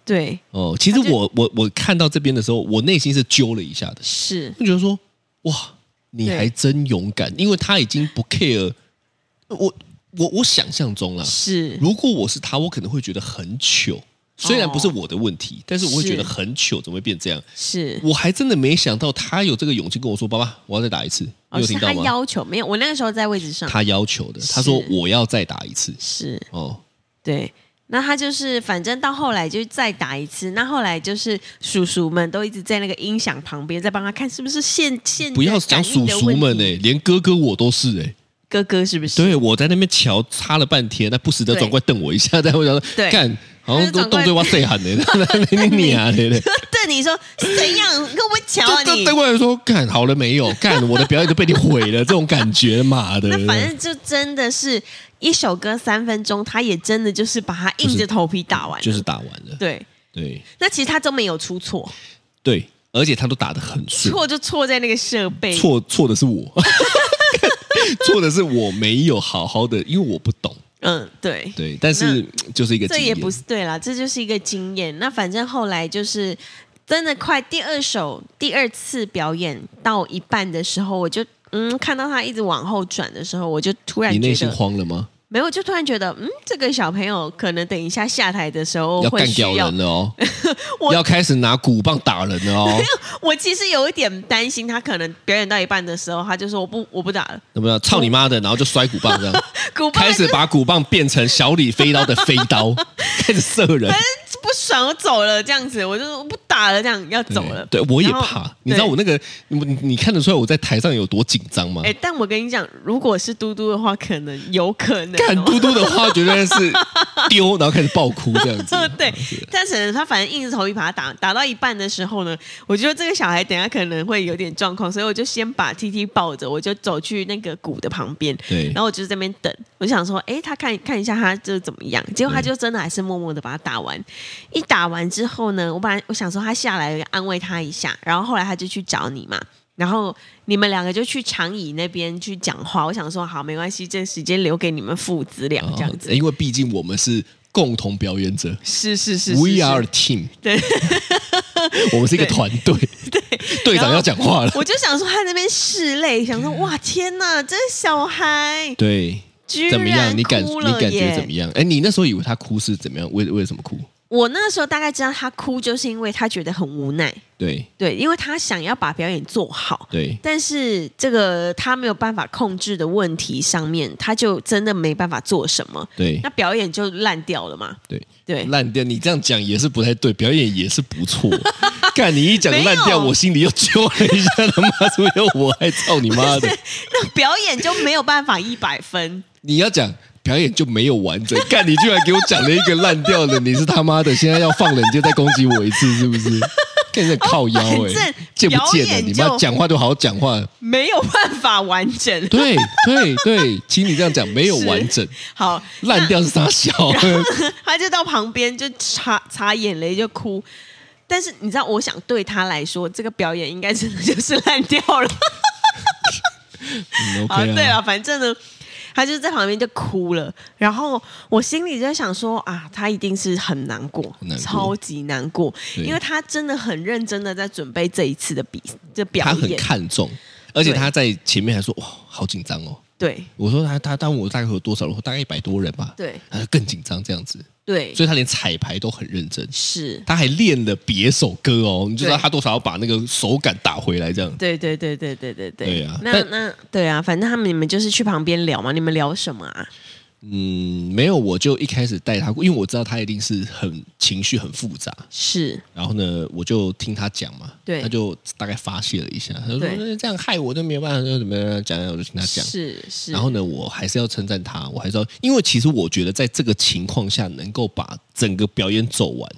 [SPEAKER 2] 对，
[SPEAKER 3] 哦，其实
[SPEAKER 2] 他就
[SPEAKER 3] 我我我看到这边的时候，我内心是揪了一下的，
[SPEAKER 2] 是
[SPEAKER 3] 就觉得说哇，你
[SPEAKER 2] 对
[SPEAKER 3] 还真勇敢，因为他已经不 care 我我我想象中啦，
[SPEAKER 2] 是
[SPEAKER 3] 如果我是他，我可能会觉得很糗。虽然不是我的问题，但是我会觉得
[SPEAKER 2] 哦是
[SPEAKER 3] 很糗，怎么会变这样？
[SPEAKER 2] 是，
[SPEAKER 3] 我还真的没想到他有这个勇气跟我说：“爸爸，我要再打一次。”你
[SPEAKER 2] 哦，
[SPEAKER 3] 有
[SPEAKER 2] 是
[SPEAKER 3] 听
[SPEAKER 2] 他
[SPEAKER 3] 到吗？
[SPEAKER 2] 要求没有，我那个时候在位置上，
[SPEAKER 3] 他要求的，他说
[SPEAKER 2] 是：“
[SPEAKER 3] 我要再打一次。
[SPEAKER 2] 是”
[SPEAKER 3] 哦，
[SPEAKER 2] 对。那他就是，反正到后来就再打一次。那后来就是叔叔们都一直在那个音响旁边，在帮他看是不是现现
[SPEAKER 3] 不要
[SPEAKER 2] 在
[SPEAKER 3] 讲
[SPEAKER 2] 感应
[SPEAKER 3] 叔
[SPEAKER 2] 的
[SPEAKER 3] 叔
[SPEAKER 2] 问
[SPEAKER 3] 们
[SPEAKER 2] 题
[SPEAKER 3] 哎、连哥哥我都是哎、
[SPEAKER 2] 哥哥是不是？
[SPEAKER 3] 对，我在那边瞧擦了半天，那不时的转过来瞪我一下，但我想说，
[SPEAKER 2] 对
[SPEAKER 3] 干，好像
[SPEAKER 2] 他就
[SPEAKER 3] 都
[SPEAKER 2] 转
[SPEAKER 3] 动
[SPEAKER 2] 过来
[SPEAKER 3] 对哇最喊的，那你啊的，对
[SPEAKER 2] 对你说怎样？跟我瞧 啊
[SPEAKER 3] 就
[SPEAKER 2] 你
[SPEAKER 3] 瞪？过来说，干好了没有？干我的表演都被你毁了，这种感觉，妈的！
[SPEAKER 2] 那反正就真的是一首歌三分钟，他也真的就是把他硬着头皮打完了。
[SPEAKER 3] 就是打完了，
[SPEAKER 2] 对，
[SPEAKER 3] 对
[SPEAKER 2] 那其实他都没有出错，
[SPEAKER 3] 对，而且他都打得很顺，
[SPEAKER 2] 错就错在那个设备。
[SPEAKER 3] 错错的是我，错的是我没有好好的，因为我不懂，
[SPEAKER 2] 嗯，对，
[SPEAKER 3] 对，但是就是一个
[SPEAKER 2] 这
[SPEAKER 3] 经
[SPEAKER 2] 也
[SPEAKER 3] 验，
[SPEAKER 2] 不是对啦，这就是一个经验。那反正后来就是真的快第二首第二次表演到一半的时候，我就嗯看到他一直往后转的时候，我就突然
[SPEAKER 3] 你内
[SPEAKER 2] 觉
[SPEAKER 3] 心
[SPEAKER 2] 得
[SPEAKER 3] 慌了吗？
[SPEAKER 2] 没有，就突然觉得嗯这个小朋友可能等一下下台的时候
[SPEAKER 3] 要
[SPEAKER 2] 会
[SPEAKER 3] 干
[SPEAKER 2] 需
[SPEAKER 3] 掉
[SPEAKER 2] 要
[SPEAKER 3] 人了哦
[SPEAKER 2] 我，
[SPEAKER 3] 要开始拿鼓棒打人了哦。
[SPEAKER 2] 我其实有一点担心，他可能表演到一半的时候，他就说我不我不打 了，
[SPEAKER 3] 怎么样？操你妈的！然后就摔鼓棒这 样，
[SPEAKER 2] 鼓棒
[SPEAKER 3] 开始把鼓棒变成小李飞刀的飞 刀，开始射
[SPEAKER 2] 哎
[SPEAKER 3] 人。
[SPEAKER 2] 不爽，我走了这样子，我就说我不打了，这样要走了。
[SPEAKER 3] 对我也
[SPEAKER 2] 然后
[SPEAKER 3] 怕，你知道我。那个，你你看得出来我在台上有多紧张吗
[SPEAKER 2] 对？哎，但我跟你讲，如果是嘟嘟的话，可能有可能
[SPEAKER 3] 干
[SPEAKER 2] 哦、。
[SPEAKER 3] 嘟嘟的话，绝对是丢，然后开始爆哭这样子
[SPEAKER 2] 对，但是他反正硬着头皮把他打打到一半的时候呢，我觉得这个小孩等一下可能会有点状况，所以我就先把 T T 抱着，我就走去那个鼓的旁边，
[SPEAKER 3] 对
[SPEAKER 2] 然后我就在那边等，我想说，哎，他看看一下他就是怎么样，结果他就真的还是默默的把他打完。一打完之后呢，我本来我想说他下来安慰他一下，然后后来他就去找你嘛。然后你们两个就去长椅那边去讲话，我想说好没关系，这时间留给你们父子俩这样子。
[SPEAKER 3] 啊因为毕竟我们是共同表演者
[SPEAKER 2] 是是是是
[SPEAKER 3] ，We
[SPEAKER 2] 是
[SPEAKER 3] are a team，
[SPEAKER 2] 对，
[SPEAKER 3] 我们是一个
[SPEAKER 2] 对
[SPEAKER 3] 团队。队长
[SPEAKER 2] 然后
[SPEAKER 3] 要讲话了。
[SPEAKER 2] 我就想说他在那边拭泪，想说哇天哪，这小孩
[SPEAKER 3] 对，
[SPEAKER 2] 居 然
[SPEAKER 3] 怎么样？你感
[SPEAKER 2] 哭
[SPEAKER 3] 你
[SPEAKER 2] 了
[SPEAKER 3] 感觉
[SPEAKER 2] 耶
[SPEAKER 3] 怎么样？哎，你那时候以为他哭是怎么样？为为什么哭？
[SPEAKER 2] 我那个时候大概知道他哭，就是因为他觉得很无奈，
[SPEAKER 3] 对
[SPEAKER 2] 对，因为他想要把表演做好，
[SPEAKER 3] 对
[SPEAKER 2] 但是这个他没有办法控制的问题上面，他就真的没办法做什么，
[SPEAKER 3] 对
[SPEAKER 2] 那表演就烂掉了嘛，
[SPEAKER 3] 对，
[SPEAKER 2] 对。
[SPEAKER 3] 烂掉！你这样讲也是不太对，表演也是不错。干你一讲
[SPEAKER 2] 没有
[SPEAKER 3] 烂掉，我心里又揪了一下，他妈怎么又我还操你妈的！
[SPEAKER 2] 那表演就没有办法一百分，
[SPEAKER 3] 你要讲表演就没有完整，干你居然给我讲了一个烂掉的，你是他妈的！现在要放了，你就再攻击我一次，是不是？干你靠腰
[SPEAKER 2] 哦
[SPEAKER 3] 哎、
[SPEAKER 2] 反正
[SPEAKER 3] 见不见
[SPEAKER 2] 表
[SPEAKER 3] 啊？
[SPEAKER 2] 演
[SPEAKER 3] 你妈
[SPEAKER 2] 就
[SPEAKER 3] 讲话都好好讲话。
[SPEAKER 2] 没有办法完整。
[SPEAKER 3] 对对对，请你这样讲，没有完整，
[SPEAKER 2] 好，
[SPEAKER 3] 烂掉是啥小？
[SPEAKER 2] 他就到旁边就擦擦眼泪就哭。但是你知道，我想对他来说，这个表演应该真的就是烂掉了。
[SPEAKER 3] 嗯
[SPEAKER 2] 啊，
[SPEAKER 3] ，OK
[SPEAKER 2] 对
[SPEAKER 3] 啊，
[SPEAKER 2] 了，反正呢，他就在旁边就哭了。然后我心里就在想说啊，他一定是很难过，
[SPEAKER 3] 很难过
[SPEAKER 2] 超级难过，
[SPEAKER 3] 对
[SPEAKER 2] 因为他真的很认真的在准备这一次的比这表
[SPEAKER 3] 他很
[SPEAKER 2] 演。
[SPEAKER 3] 看重，而且
[SPEAKER 2] 对
[SPEAKER 3] 他在前面还说哇，好紧张哦。
[SPEAKER 2] 对
[SPEAKER 3] 我说他他当我大概有多少人？我大概一百多人吧。
[SPEAKER 2] 对
[SPEAKER 3] 他就更紧张这样子，
[SPEAKER 2] 对，
[SPEAKER 3] 所以他连彩排都很认真，
[SPEAKER 2] 是，
[SPEAKER 3] 他还练了别首歌哦，你就知道
[SPEAKER 2] 对
[SPEAKER 3] 他多少要把那个手感打回来这样。
[SPEAKER 2] 对对对对对对对。
[SPEAKER 3] 对啊
[SPEAKER 2] 那
[SPEAKER 3] 但
[SPEAKER 2] 那对啊，反正他们你们就是去旁边聊嘛，你们聊什么啊？
[SPEAKER 3] 嗯，没有，我就一开始带他，因为我知道他一定是很情绪很复杂，
[SPEAKER 2] 是
[SPEAKER 3] 然后呢，我就听他讲嘛，
[SPEAKER 2] 对
[SPEAKER 3] 他就大概发泄了一下，他就说
[SPEAKER 2] 对
[SPEAKER 3] 呃这样害我都没有办法，就怎么样讲，我就听他讲。
[SPEAKER 2] 是是，
[SPEAKER 3] 然后呢，我还是要称赞他，我还是要，因为其实我觉得在这个情况下，能够把整个表演走完，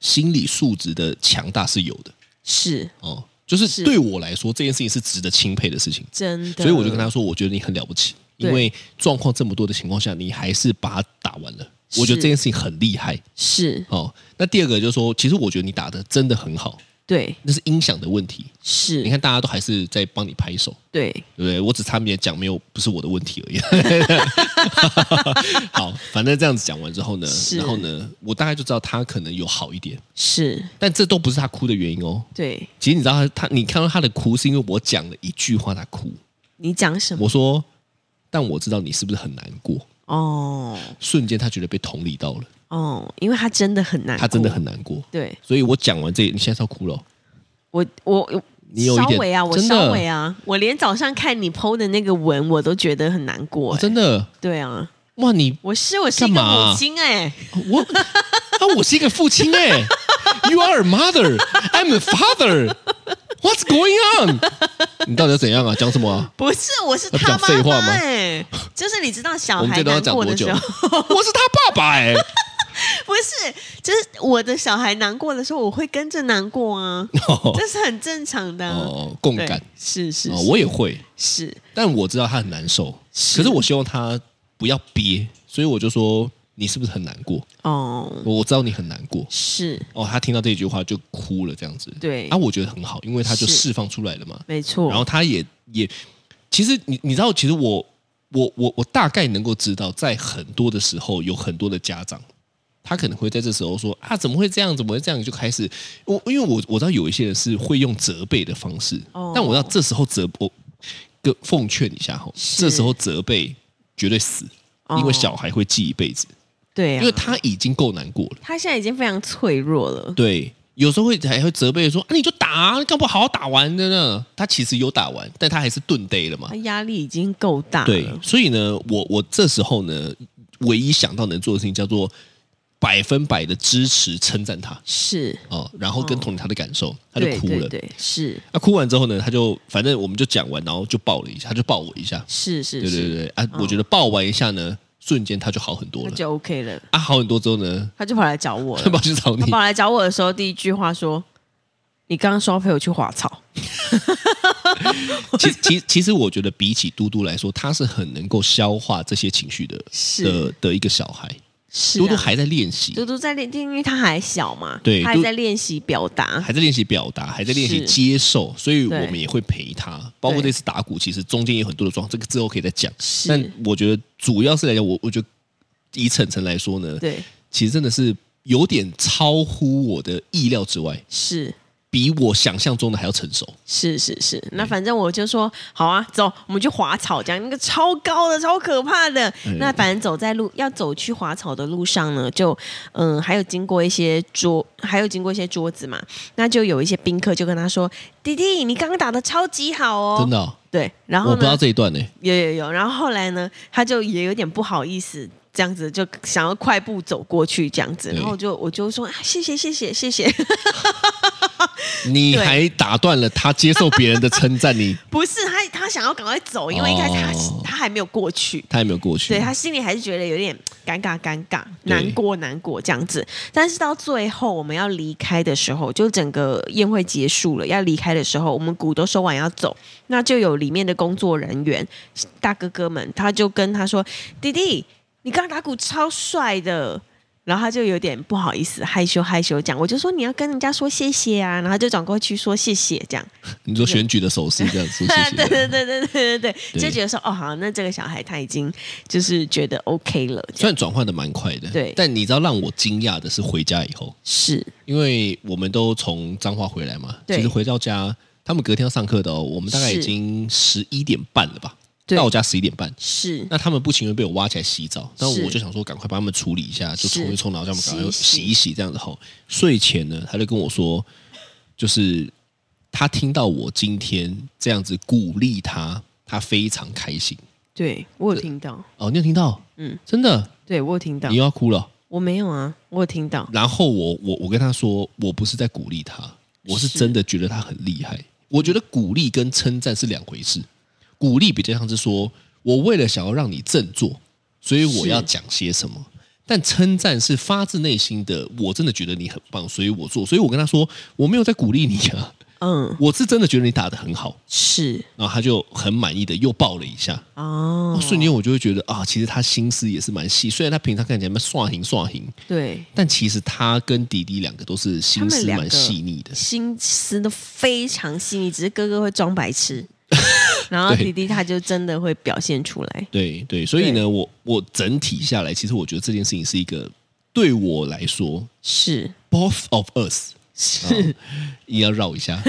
[SPEAKER 3] 心理素质的强大是有的
[SPEAKER 2] 是
[SPEAKER 3] 哦。就是
[SPEAKER 2] 是
[SPEAKER 3] 对我来说，这件事情是值得钦佩的事情，
[SPEAKER 2] 真的，
[SPEAKER 3] 所以我就跟他说，我觉得你很了不起，
[SPEAKER 2] 对
[SPEAKER 3] 因为状况这么多的情况下，你还是把它打完了，我觉得
[SPEAKER 2] 是
[SPEAKER 3] 这件事情很厉害
[SPEAKER 2] 是
[SPEAKER 3] 哦。那第二个就是说，其实我觉得你打的真的很好，
[SPEAKER 2] 对
[SPEAKER 3] 那是音响的问题。
[SPEAKER 2] 是，
[SPEAKER 3] 你看，大家都还是在帮你拍手，
[SPEAKER 2] 对
[SPEAKER 3] 对不对？我只差没讲没有，不是我的问题而已。好，反正这样子讲完之后呢，
[SPEAKER 2] 是
[SPEAKER 3] 然后呢，我大概就知道他可能有好一点，
[SPEAKER 2] 是，
[SPEAKER 3] 但这都不是他哭的原因哦。
[SPEAKER 2] 对
[SPEAKER 3] 其实你知道他，他你看到他的哭是因为我讲了一句话，他哭。
[SPEAKER 2] 你讲什么？
[SPEAKER 3] 我说，但我知道你是不是很难过？
[SPEAKER 2] 哦
[SPEAKER 3] 瞬间他觉得被同理到了，
[SPEAKER 2] 哦，因为他真的很难过，
[SPEAKER 3] 他真的很难过。
[SPEAKER 2] 对
[SPEAKER 3] 所以我讲完这，你现在是要哭了哦、
[SPEAKER 2] 我我
[SPEAKER 3] 你有一
[SPEAKER 2] 稍
[SPEAKER 3] 点
[SPEAKER 2] 微啊，我
[SPEAKER 3] 真的
[SPEAKER 2] 稍微啊，我连早上看你 PO 的那个文，我都觉得很难过、
[SPEAKER 3] 哦
[SPEAKER 2] 哎
[SPEAKER 3] 真的
[SPEAKER 2] 对啊，
[SPEAKER 3] 哇！你
[SPEAKER 2] 我是我是一个
[SPEAKER 3] 干嘛啊
[SPEAKER 2] 母亲哎、
[SPEAKER 3] 我啊，我是一个父亲哎、y o u are a mother, I'm a father. What's going on？你到底要怎样啊？讲什么啊？
[SPEAKER 2] 不是我是
[SPEAKER 3] 要
[SPEAKER 2] 他
[SPEAKER 3] 讲
[SPEAKER 2] 妈
[SPEAKER 3] 废话
[SPEAKER 2] 妈
[SPEAKER 3] 吗
[SPEAKER 2] 哎、就是你知道小
[SPEAKER 3] 我们
[SPEAKER 2] 孩
[SPEAKER 3] 这段要
[SPEAKER 2] 啊难
[SPEAKER 3] 讲
[SPEAKER 2] 过
[SPEAKER 3] 多
[SPEAKER 2] 的
[SPEAKER 3] 久？
[SPEAKER 2] 时候，
[SPEAKER 3] 我是他爸爸哎、
[SPEAKER 2] 不是就是我的小孩难过的时候，我会跟着难过啊，
[SPEAKER 3] 哦
[SPEAKER 2] 这是很正常的、啊。
[SPEAKER 3] 哦，共
[SPEAKER 2] 对
[SPEAKER 3] 感
[SPEAKER 2] 是是
[SPEAKER 3] 哦
[SPEAKER 2] 是，
[SPEAKER 3] 我也会，
[SPEAKER 2] 是
[SPEAKER 3] 但我知道他很难受，可是我希望他不要憋，所以我就说你是不是很难过？
[SPEAKER 2] 哦，
[SPEAKER 3] 我知道你很难过。
[SPEAKER 2] 是
[SPEAKER 3] 哦，他听到这一句话就哭了，这样子。
[SPEAKER 2] 对
[SPEAKER 3] 啊，我觉得很好，因为他就是释放出来了嘛。
[SPEAKER 2] 没错。
[SPEAKER 3] 然后他也也，其实你你知道，其实我我我我大概能够知道，在很多的时候，有很多的家长，他可能会在这时候说啊，怎么会这样？怎么会这样？就开始我因为我我知道有一些人是会用责备的方式，
[SPEAKER 2] 哦
[SPEAKER 3] 但我知道这时候责我跟奉劝一下哈，
[SPEAKER 2] 是
[SPEAKER 3] 这时候责备绝对死，
[SPEAKER 2] 哦
[SPEAKER 3] 因为小孩会记一辈子，
[SPEAKER 2] 对、啊，
[SPEAKER 3] 因为他已经够难过了。
[SPEAKER 2] 他现在已经非常脆弱了。
[SPEAKER 3] 对，有时候会还会责备说啊，你就打、啊，干嘛不好好打完的呢？他其实有打完，但他还是钝呆了嘛
[SPEAKER 2] 他。压力已经够大了，
[SPEAKER 3] 对，所以呢，我我这时候呢，唯一想到能做的事情叫做百分百的支持、称赞他
[SPEAKER 2] 是，
[SPEAKER 3] 哦，然后跟同理他的感受，他就
[SPEAKER 2] 对
[SPEAKER 3] 哭了
[SPEAKER 2] 对。对，是
[SPEAKER 3] 那、哭完之后呢，他就反正我们就讲完，然后就抱了一下，他就抱我一下。
[SPEAKER 2] 是是
[SPEAKER 3] 对
[SPEAKER 2] 是，嗯
[SPEAKER 3] 对对，啊，我觉得抱完一下呢，瞬间他就好很多
[SPEAKER 2] 那
[SPEAKER 3] 了。
[SPEAKER 2] 就 OK 了。
[SPEAKER 3] 啊，好很多之后呢，
[SPEAKER 2] 他就跑来找我
[SPEAKER 3] 他
[SPEAKER 2] 了，
[SPEAKER 3] 跑去找
[SPEAKER 2] 他
[SPEAKER 3] 你
[SPEAKER 2] 跑，来找我的时候，第一句话说：“你刚刚说要陪我去滑草。
[SPEAKER 3] 呃其其其实我觉得比起嘟嘟来说，他是很能够消化这些情绪的
[SPEAKER 2] 是
[SPEAKER 3] 的的一个小孩。”
[SPEAKER 2] 是、啊，
[SPEAKER 3] 嘟嘟还在练习，
[SPEAKER 2] 嘟嘟在练，因为他还小嘛，
[SPEAKER 3] 对
[SPEAKER 2] 他
[SPEAKER 3] 嘟
[SPEAKER 2] 还在练习表达，
[SPEAKER 3] 还在练习表达，还在练习
[SPEAKER 2] 是
[SPEAKER 3] 接受，所以
[SPEAKER 2] 对
[SPEAKER 3] 我们也会陪他。包括
[SPEAKER 2] 对
[SPEAKER 3] 这次打鼓，其实中间有很多的状况，这个之后可以再讲。
[SPEAKER 2] 是
[SPEAKER 3] 但我觉得主要是来讲，我我觉得以晨晨来说呢，
[SPEAKER 2] 对，
[SPEAKER 3] 其实真的是有点超乎我的意料之外，
[SPEAKER 2] 是
[SPEAKER 3] 比我想象中的还要成熟。
[SPEAKER 2] 是是是。
[SPEAKER 3] 嗯
[SPEAKER 2] 那反正我就说好啊，走，我们去滑草，这样那个超高的、超可怕的。
[SPEAKER 3] 嗯
[SPEAKER 2] 那反正走在路要走去滑草的路上呢，就嗯，还有经过一些桌，还有经过一些桌子嘛，那就有一些宾客就跟他说：“弟弟，你刚刚打的超级好哦。”
[SPEAKER 3] 真的哦、
[SPEAKER 2] 对，然后
[SPEAKER 3] 我不知
[SPEAKER 2] 呢
[SPEAKER 3] 道，这一段呢、
[SPEAKER 2] 有有有，然后后来呢，他就也有点不好意思，这样子就想要快步走过去这样子，
[SPEAKER 3] 对
[SPEAKER 2] 然后我就我就说、啊、谢谢谢谢谢 谢，
[SPEAKER 3] 你
[SPEAKER 2] 对
[SPEAKER 3] 还打断了他接受别人的称赞，你
[SPEAKER 2] 不是他他想要赶快走，因为一开始他、
[SPEAKER 3] 哦
[SPEAKER 2] 他还没有过去。
[SPEAKER 3] 他还没有过去。
[SPEAKER 2] 对他心里还是觉得有点尴尬、尴尬、
[SPEAKER 3] 对
[SPEAKER 2] 难过、难过这样子。但是到最后我们要离开的时候，就整个宴会结束了，要离开的时候，我们鼓都收完要走，那就有里面的工作人员大哥哥们，他就跟他说：“弟弟，你刚刚打鼓超帅的。”然后他就有点不好意思，害羞害羞讲，我就说你要跟人家说谢谢啊，然后他就转过去说谢谢这样。
[SPEAKER 3] 你说选举的手势这样子，谢谢
[SPEAKER 2] 对对对对对对对，
[SPEAKER 3] 对
[SPEAKER 2] 就觉得说哦好，那这个小孩他已经就是觉得 OK 了，这
[SPEAKER 3] 虽
[SPEAKER 2] 样
[SPEAKER 3] 然转换的蛮快的，
[SPEAKER 2] 对
[SPEAKER 3] 但你知道让我惊讶的是回家以后，
[SPEAKER 2] 是
[SPEAKER 3] 因为我们都从彰化回来嘛，
[SPEAKER 2] 对
[SPEAKER 3] 其实回到家，他们隔天要上课的哦，我们大概
[SPEAKER 2] 是
[SPEAKER 3] 已经十一点半了吧，
[SPEAKER 2] 对
[SPEAKER 3] 到家十一点半。
[SPEAKER 2] 是
[SPEAKER 3] 那他们不情愿被我挖起来洗澡，那
[SPEAKER 2] 是
[SPEAKER 3] 我就想说赶快帮他们处理一下，就是冲一冲，然后叫他们赶快
[SPEAKER 2] 洗
[SPEAKER 3] 洗
[SPEAKER 2] 一洗
[SPEAKER 3] 一洗这样子后，睡前呢，他就跟我说，就是他听到我今天这样子鼓励他，他非常开心。
[SPEAKER 2] 对我有听到，
[SPEAKER 3] 哦，你有听到？
[SPEAKER 2] 嗯，
[SPEAKER 3] 真的，
[SPEAKER 2] 对我有听到
[SPEAKER 3] 你，又要哭了。
[SPEAKER 2] 我没有啊，我有听到，
[SPEAKER 3] 然后我我我跟他说，我不是在鼓励他，我是
[SPEAKER 2] 是
[SPEAKER 3] 真的觉得他很厉害。我觉得鼓励跟称赞是两回事，鼓励比较像是说我为了想要让你振作，所以我
[SPEAKER 2] 是
[SPEAKER 3] 要讲些什么。但称赞是发自内心的，我真的觉得你很棒，所以我做。所以我跟他说，我没有在鼓励你啊，
[SPEAKER 2] 嗯，
[SPEAKER 3] 我是真的觉得你打得很好。
[SPEAKER 2] 是
[SPEAKER 3] 然后他就很满意的又抱了一下，
[SPEAKER 2] 哦，
[SPEAKER 3] 瞬间我就会觉得啊，其实他心思也是蛮细。虽然他平常看起来蛮刷型刷型，
[SPEAKER 2] 对，
[SPEAKER 3] 但其实他跟弟弟两个都是心思蛮细腻的，
[SPEAKER 2] 心思都非常细腻，只是哥哥会装白 痴，然后
[SPEAKER 3] 对
[SPEAKER 2] 弟弟他就真的会表现出来，
[SPEAKER 3] 对对，所以呢，我我整体下来，其实我觉得这件事情是一个对我来说
[SPEAKER 2] 是
[SPEAKER 3] ，both of us 啊
[SPEAKER 2] 是
[SPEAKER 3] 也要绕一下，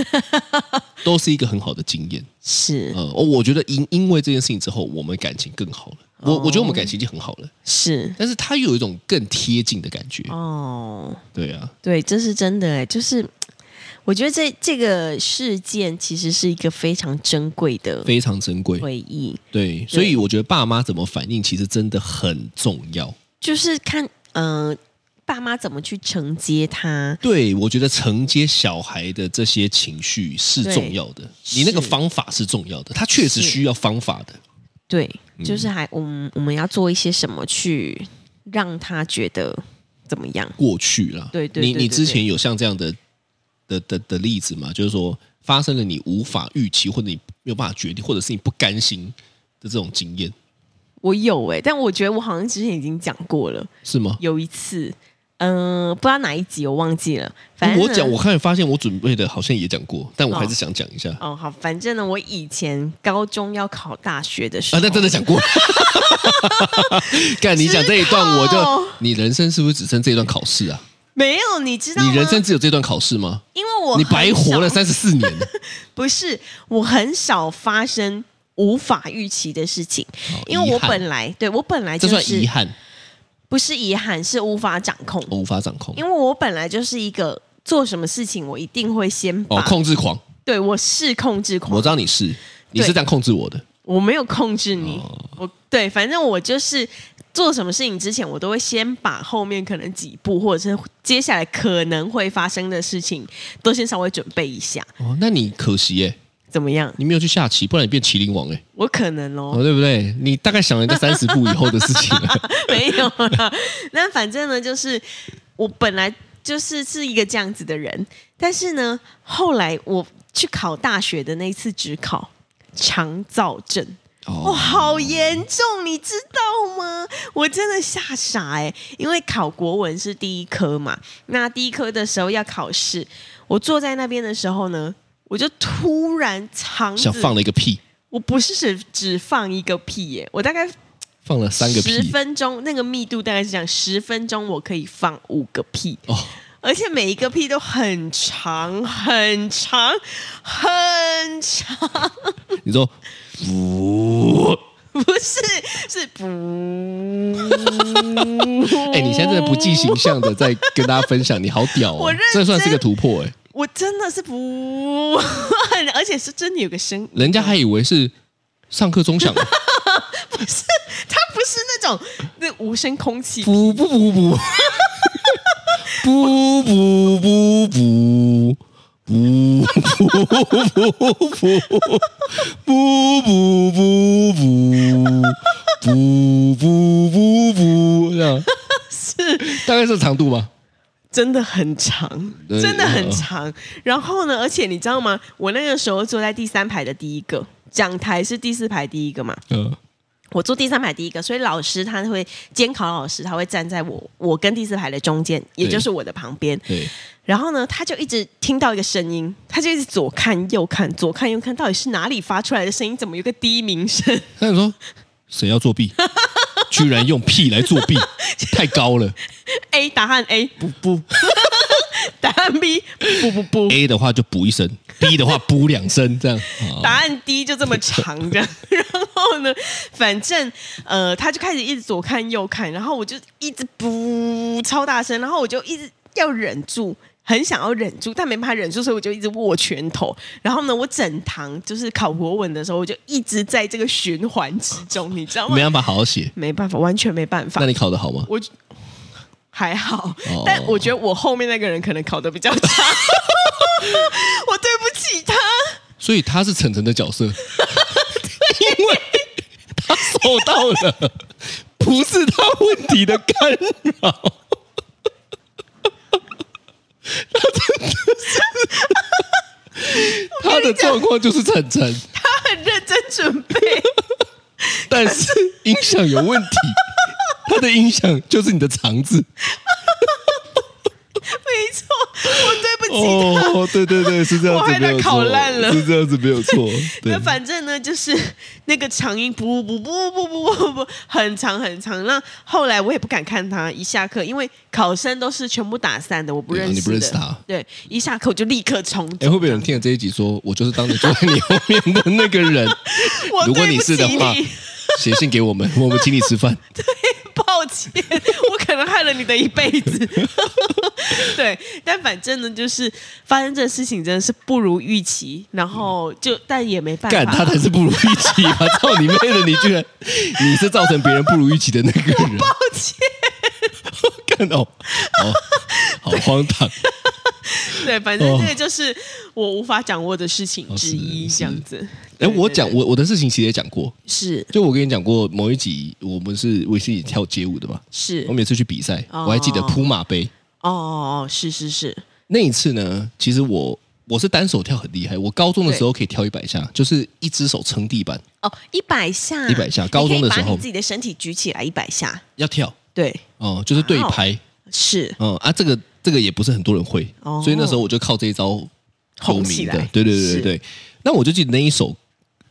[SPEAKER 3] 都是一个很好的经验。呃
[SPEAKER 2] 是
[SPEAKER 3] 嗯，哦，我觉得因因为这件事情之后，我们感情更好了。我、我觉得我
[SPEAKER 2] 哦
[SPEAKER 3] 们感情已经很好了，
[SPEAKER 2] 是
[SPEAKER 3] 但是他又有一种更贴近的感觉。
[SPEAKER 2] 哦，
[SPEAKER 3] 对啊，
[SPEAKER 2] 对，这是真的哎，就是我觉得这这个事件其实是一个非常珍贵的
[SPEAKER 3] 非常珍贵。
[SPEAKER 2] 回忆，
[SPEAKER 3] 对，所以我觉得爸妈怎么反应其实真的很重要。
[SPEAKER 2] 就是看嗯、呃爸妈怎么去承接他，
[SPEAKER 3] 对，我觉得承接小孩的这些情绪是
[SPEAKER 2] 对
[SPEAKER 3] 重要的，你那个
[SPEAKER 2] 是
[SPEAKER 3] 方法是重要的，他确实
[SPEAKER 2] 是
[SPEAKER 3] 需要方法的。
[SPEAKER 2] 对，
[SPEAKER 3] 嗯
[SPEAKER 2] 就是还我们我们要做一些什么去让他觉得怎么样？
[SPEAKER 3] 过去啦，
[SPEAKER 2] 对对
[SPEAKER 3] 你
[SPEAKER 2] 对
[SPEAKER 3] 你
[SPEAKER 2] 对
[SPEAKER 3] 之
[SPEAKER 2] 对
[SPEAKER 3] 前有像这样的的的的例子吗？就是说发生了你无法预期，或者你没有办法决定，或者是你不甘心的这种经验，
[SPEAKER 2] 我有哎、但我觉得我好像之前已经讲过了，
[SPEAKER 3] 是吗？
[SPEAKER 2] 有一次，嗯、不知道哪一集我忘记了，反正呢
[SPEAKER 3] 嗯我讲，我看发现我准备的好像也讲过，但我还
[SPEAKER 2] 啊哦
[SPEAKER 3] 是想讲一下、
[SPEAKER 2] 哦好，反正呢，我以前高中要考大学的时
[SPEAKER 3] 啊
[SPEAKER 2] 候，，
[SPEAKER 3] 那真的讲过。 干，你讲这一段，我
[SPEAKER 2] 知道
[SPEAKER 3] 就你人生是不是只剩这一段考试啊？
[SPEAKER 2] 没有，你知道吗
[SPEAKER 3] 你人生只有这段考试吗？
[SPEAKER 2] 因为我
[SPEAKER 3] 你
[SPEAKER 2] 很
[SPEAKER 3] 白活了
[SPEAKER 2] 少，
[SPEAKER 3] 三十四 年。
[SPEAKER 2] 不是我很少发生无法预期的事情，
[SPEAKER 3] 好
[SPEAKER 2] 因为我
[SPEAKER 3] 遗憾
[SPEAKER 2] 本来对我本来
[SPEAKER 3] 这
[SPEAKER 2] 就
[SPEAKER 3] 算
[SPEAKER 2] 是
[SPEAKER 3] 遗憾，
[SPEAKER 2] 不是遗憾，是无法掌控
[SPEAKER 3] 我无法掌控
[SPEAKER 2] 因。为我本来就是一个做什么事情我一定会先把，
[SPEAKER 3] 哦，控制狂，
[SPEAKER 2] 对我是控制狂，
[SPEAKER 3] 我
[SPEAKER 2] 我
[SPEAKER 3] 知道你是，你是
[SPEAKER 2] 对
[SPEAKER 3] 这样控制我的。哦
[SPEAKER 2] 没有控制你，我对，反正我就是做什么事情之前，我都会先把后面可能几步或者是接下来可能会发生的事情都先稍微准备一下，
[SPEAKER 3] 哦，那你可惜耶，
[SPEAKER 2] 怎么样？
[SPEAKER 3] 你没有去下棋，不然你变麒麟王哎，
[SPEAKER 2] 我可能哦
[SPEAKER 3] 哦，，对不对？你大概想了在三十步以后的事情了。
[SPEAKER 2] 没有啦。那反正呢，就是我本来就是是一个这样子的人，但是呢，后来我去考大学的那一次只考肠燥症。哇、
[SPEAKER 3] 哦，
[SPEAKER 2] 好严重，你知道吗？我真的吓傻哎、因为考国文是第一科嘛，那第一科的时候要考试，我坐在那边的时候呢，我就突然肠子
[SPEAKER 3] 想，放了一个屁，
[SPEAKER 2] 我不是只只放一个屁耶、我大概
[SPEAKER 3] 放了三个
[SPEAKER 2] 十
[SPEAKER 3] 屁。
[SPEAKER 2] 分钟，那个密度大概是这样，十分钟我可以放五个屁，
[SPEAKER 3] 哦，
[SPEAKER 2] 而且每一个屁都很长、很长、很长，
[SPEAKER 3] 你说，呜，
[SPEAKER 2] 不是是不？
[SPEAKER 3] 哎，你现在真的不计形象的在跟大家分享，你好屌
[SPEAKER 2] 我
[SPEAKER 3] 哦
[SPEAKER 2] 认，
[SPEAKER 3] 这算
[SPEAKER 2] 真
[SPEAKER 3] 是个突破哎，
[SPEAKER 2] 我真的是不， 而且是真的有个声音，
[SPEAKER 3] 人家还以为是上课钟响，
[SPEAKER 2] 它不是那种那无声空气，
[SPEAKER 3] 不不不不，不不不不。不不不不不不不不不不这样，
[SPEAKER 2] 是
[SPEAKER 3] 大概是长度吧。
[SPEAKER 2] 真的很长，
[SPEAKER 3] 对
[SPEAKER 2] 真的很长。然后呢，而且你知道吗？我那个时候坐在第三排的第一个，讲台是第四排第一个嘛，
[SPEAKER 3] 嗯，
[SPEAKER 2] 我坐第三排第一个，所以老师他会监考老师，他会站在我我跟第四排的中间，也就是我的旁边。
[SPEAKER 3] 对，
[SPEAKER 2] 然后呢，他就一直听到一个声音，他就一直左看右看，左看右看，到底是哪里发出来的声音？怎么有个低鸣声？
[SPEAKER 3] 他想说谁要作弊，居然用屁来作弊，太高了。
[SPEAKER 2] A 答案 A，不不，答案 B 不不不，
[SPEAKER 3] A 的话就补一声，B 的话补两声，这样。哦
[SPEAKER 2] 答案 D 就这么长这样。 然后呢，反正呃，他就开始一直左看右看，然后我就一直不超大声，然后我就一直要忍住。很想要忍住，但没办法忍住，所以我就一直握拳头。然后呢，我整堂就是考国文的时候，我就一直在这个循环之中，你知道吗
[SPEAKER 3] 没？办法好好写。
[SPEAKER 2] 没办法，完全没办法
[SPEAKER 3] 那。你考得好吗？
[SPEAKER 2] 我还好
[SPEAKER 3] 哦，
[SPEAKER 2] 但我觉得我后面那个人可能考的比 较差， 我对不起他。
[SPEAKER 3] 所以他是晨晨的角色，因为他受到了不是他问题的干扰。他真的是，他的状况就是晨晨，
[SPEAKER 2] 他很认真准备，
[SPEAKER 3] 但是音响有问题，他的音响就是你的肠子。
[SPEAKER 2] 没错，我对不起他。
[SPEAKER 3] 哦，对对对，是这样
[SPEAKER 2] 我
[SPEAKER 3] 子
[SPEAKER 2] 还
[SPEAKER 3] 没有
[SPEAKER 2] 在
[SPEAKER 3] 错
[SPEAKER 2] 烤烂，了
[SPEAKER 3] 是这样子没有错。对
[SPEAKER 2] 那，反正呢，就是那个长音，不不不不不不不，很长很长。那后来我也不敢看他，一下课，因为考生都是全部打散的，我不
[SPEAKER 3] 对啊
[SPEAKER 2] 认识的。
[SPEAKER 3] 你不认识他
[SPEAKER 2] 对，一下课我就立刻冲走。
[SPEAKER 3] 哎，会不会有人听了这一集说，我就是当年坐在你后面的那个人？
[SPEAKER 2] 我
[SPEAKER 3] 如果
[SPEAKER 2] 对
[SPEAKER 3] 你
[SPEAKER 2] 不
[SPEAKER 3] 是的
[SPEAKER 2] 起
[SPEAKER 3] 话
[SPEAKER 2] 你
[SPEAKER 3] 写信给我们， 我们请你吃饭。
[SPEAKER 2] 抱歉，我可能害了你的一辈子。对，但反正呢，就是发生这个事情真的是不如预期，然后就但也没办
[SPEAKER 3] 干
[SPEAKER 2] 法
[SPEAKER 3] 他。才是不如预期 吧？操你妹的！你居然你是造成别人不如预期的那个 人，
[SPEAKER 2] 抱 歉，
[SPEAKER 3] 干哦，哦，好荒唐。
[SPEAKER 2] 对，反正这个就是我无法掌握的事情
[SPEAKER 3] 哦
[SPEAKER 2] 之
[SPEAKER 3] 是
[SPEAKER 2] 一，
[SPEAKER 3] 是
[SPEAKER 2] 这样子。
[SPEAKER 3] 哎，
[SPEAKER 2] 对
[SPEAKER 3] 我
[SPEAKER 2] 对
[SPEAKER 3] 讲
[SPEAKER 2] 对
[SPEAKER 3] 我我的事情其实也讲过，
[SPEAKER 2] 是
[SPEAKER 3] 就我跟你讲过某一集，我们是我是也跳街舞的嘛，
[SPEAKER 2] 是
[SPEAKER 3] 我每次去比赛，我
[SPEAKER 2] 哦
[SPEAKER 3] 还记得扑马杯
[SPEAKER 2] 哦哦哦，是是是，
[SPEAKER 3] 那一次呢，其实我我是单手跳很厉害，我高中的时候可以跳一百下，就是一只手撑地板
[SPEAKER 2] 哦，一百下，
[SPEAKER 3] 100下高中的时候
[SPEAKER 2] 你可以把你自己的身体举起来一百下，
[SPEAKER 3] 要跳
[SPEAKER 2] 对，
[SPEAKER 3] 哦、就是对拍，
[SPEAKER 2] 是
[SPEAKER 3] 嗯啊，这个这个也不是很多人会，
[SPEAKER 2] 哦
[SPEAKER 3] 所以那时候我就靠这一招有
[SPEAKER 2] 红
[SPEAKER 3] 名
[SPEAKER 2] 起
[SPEAKER 3] 的
[SPEAKER 2] 来，，
[SPEAKER 3] 对对对
[SPEAKER 2] 是
[SPEAKER 3] 对对。那我就记得那一首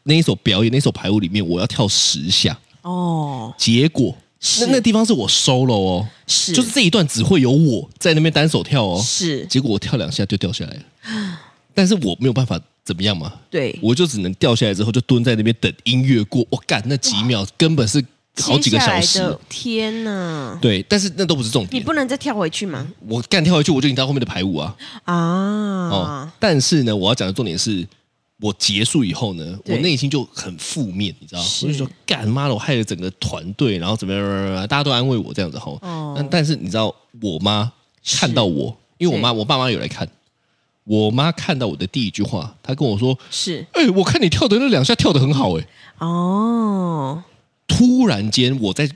[SPEAKER 3] 那一首表演那一首排舞里面，我要跳十下，
[SPEAKER 2] 哦，
[SPEAKER 3] 结果
[SPEAKER 2] 是
[SPEAKER 3] 那那地方是我 solo 哦，
[SPEAKER 2] 是
[SPEAKER 3] 就是这一段只会有我在那边单手跳哦，
[SPEAKER 2] 是，
[SPEAKER 3] 结果我跳两下就掉下来了， 但是我没有办法怎么样嘛，
[SPEAKER 2] 对，
[SPEAKER 3] 我就只能掉下来之后就蹲在那边等音乐过，我干那几秒根本是好几个小
[SPEAKER 2] 接下来
[SPEAKER 3] 时
[SPEAKER 2] 的，天哪！
[SPEAKER 3] 对，但是那都不是重
[SPEAKER 2] 你
[SPEAKER 3] 点，
[SPEAKER 2] 不能再跳回去吗？
[SPEAKER 3] 我干跳下去我就赢到后面的排舞啊，哦
[SPEAKER 2] 啊，，
[SPEAKER 3] 但是呢，我要讲的重点是。我结束以后呢，我
[SPEAKER 2] 对
[SPEAKER 3] 内心就很负面，你知道，
[SPEAKER 2] 是
[SPEAKER 3] 我就说干妈的，我害了整个团队，然后怎么样怎么样，怎么样大家都安慰我这样子吼。
[SPEAKER 2] 哦
[SPEAKER 3] 但但是你知道，我妈看到我，因为我妈我爸妈有来看，我妈看到我的第一句话，她跟我说
[SPEAKER 2] 是：“
[SPEAKER 3] 哎、我看你跳的那两下跳的很好、哎。
[SPEAKER 2] 哦，”
[SPEAKER 3] 突然间我在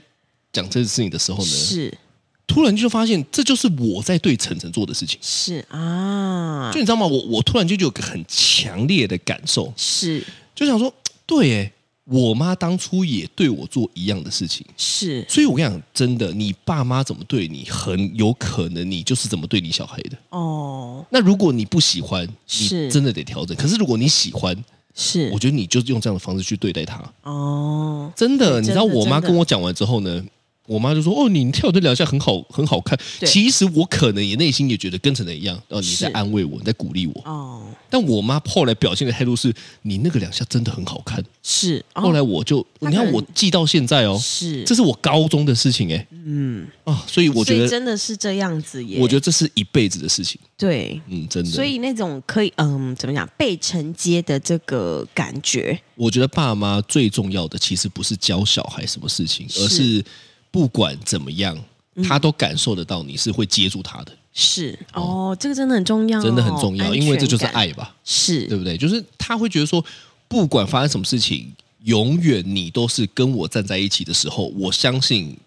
[SPEAKER 3] 讲这件事情的时候呢，
[SPEAKER 2] 是
[SPEAKER 3] 突然就发现这就是我在对晨晨做的事情。
[SPEAKER 2] 是啊
[SPEAKER 3] 就，你知道吗？我我突然间就有个很强烈的感受，
[SPEAKER 2] 是
[SPEAKER 3] 就想说，对耶，我妈当初也对我做一样的事情，
[SPEAKER 2] 是
[SPEAKER 3] 所以我跟你讲，真的，你爸妈怎么对你，很有可能你就是怎么对你小孩的。
[SPEAKER 2] 哦，
[SPEAKER 3] 那如果你不喜欢，你
[SPEAKER 2] 是
[SPEAKER 3] 真的得调整。可是如果你喜欢，
[SPEAKER 2] 是
[SPEAKER 3] 我觉得你就用这样的方式去对待他。
[SPEAKER 2] 哦，
[SPEAKER 3] 真的，你知道
[SPEAKER 2] 真的
[SPEAKER 3] 我妈
[SPEAKER 2] 真的
[SPEAKER 3] 跟我讲完之后呢，我妈就说：“哦，你跳的两下很好，很好看。”
[SPEAKER 2] 对
[SPEAKER 3] 其实我可能也内心也觉得跟陈晨一样，哦，你
[SPEAKER 2] 是
[SPEAKER 3] 在安慰我，你在鼓励我。
[SPEAKER 2] 哦，
[SPEAKER 3] 但我妈后来表现的态度是：“你那个两下真的很好看。
[SPEAKER 2] 是
[SPEAKER 3] 后来
[SPEAKER 2] 哦
[SPEAKER 3] 我就，
[SPEAKER 2] 她
[SPEAKER 3] 你看
[SPEAKER 2] 可能
[SPEAKER 3] 我记到现在哦，
[SPEAKER 2] 是
[SPEAKER 3] 这是我高中的事情哎、
[SPEAKER 2] 嗯，
[SPEAKER 3] 啊，所以我
[SPEAKER 2] 所
[SPEAKER 3] 觉
[SPEAKER 2] 以
[SPEAKER 3] 得，
[SPEAKER 2] 真的是这样子耶，
[SPEAKER 3] 我觉得这是一辈子的事情。
[SPEAKER 2] 对。
[SPEAKER 3] 嗯，真的。
[SPEAKER 2] 所以那种可以，嗯，怎么讲被承接的这个感觉，
[SPEAKER 3] 我觉得爸妈最重要的其实不是教小孩什么事情，
[SPEAKER 2] 是嗯
[SPEAKER 3] 而是不管怎么样，他都感受得到你是会接住他的，
[SPEAKER 2] 是哦，这个真的很重要哦，
[SPEAKER 3] 真的很重要，
[SPEAKER 2] 安
[SPEAKER 3] 因为这就是
[SPEAKER 2] 全感，
[SPEAKER 3] 爱吧，对
[SPEAKER 2] 是
[SPEAKER 3] 不对？就是他会觉得说，不管发生什么事情，永远你都是跟我站在一起的时候，我相信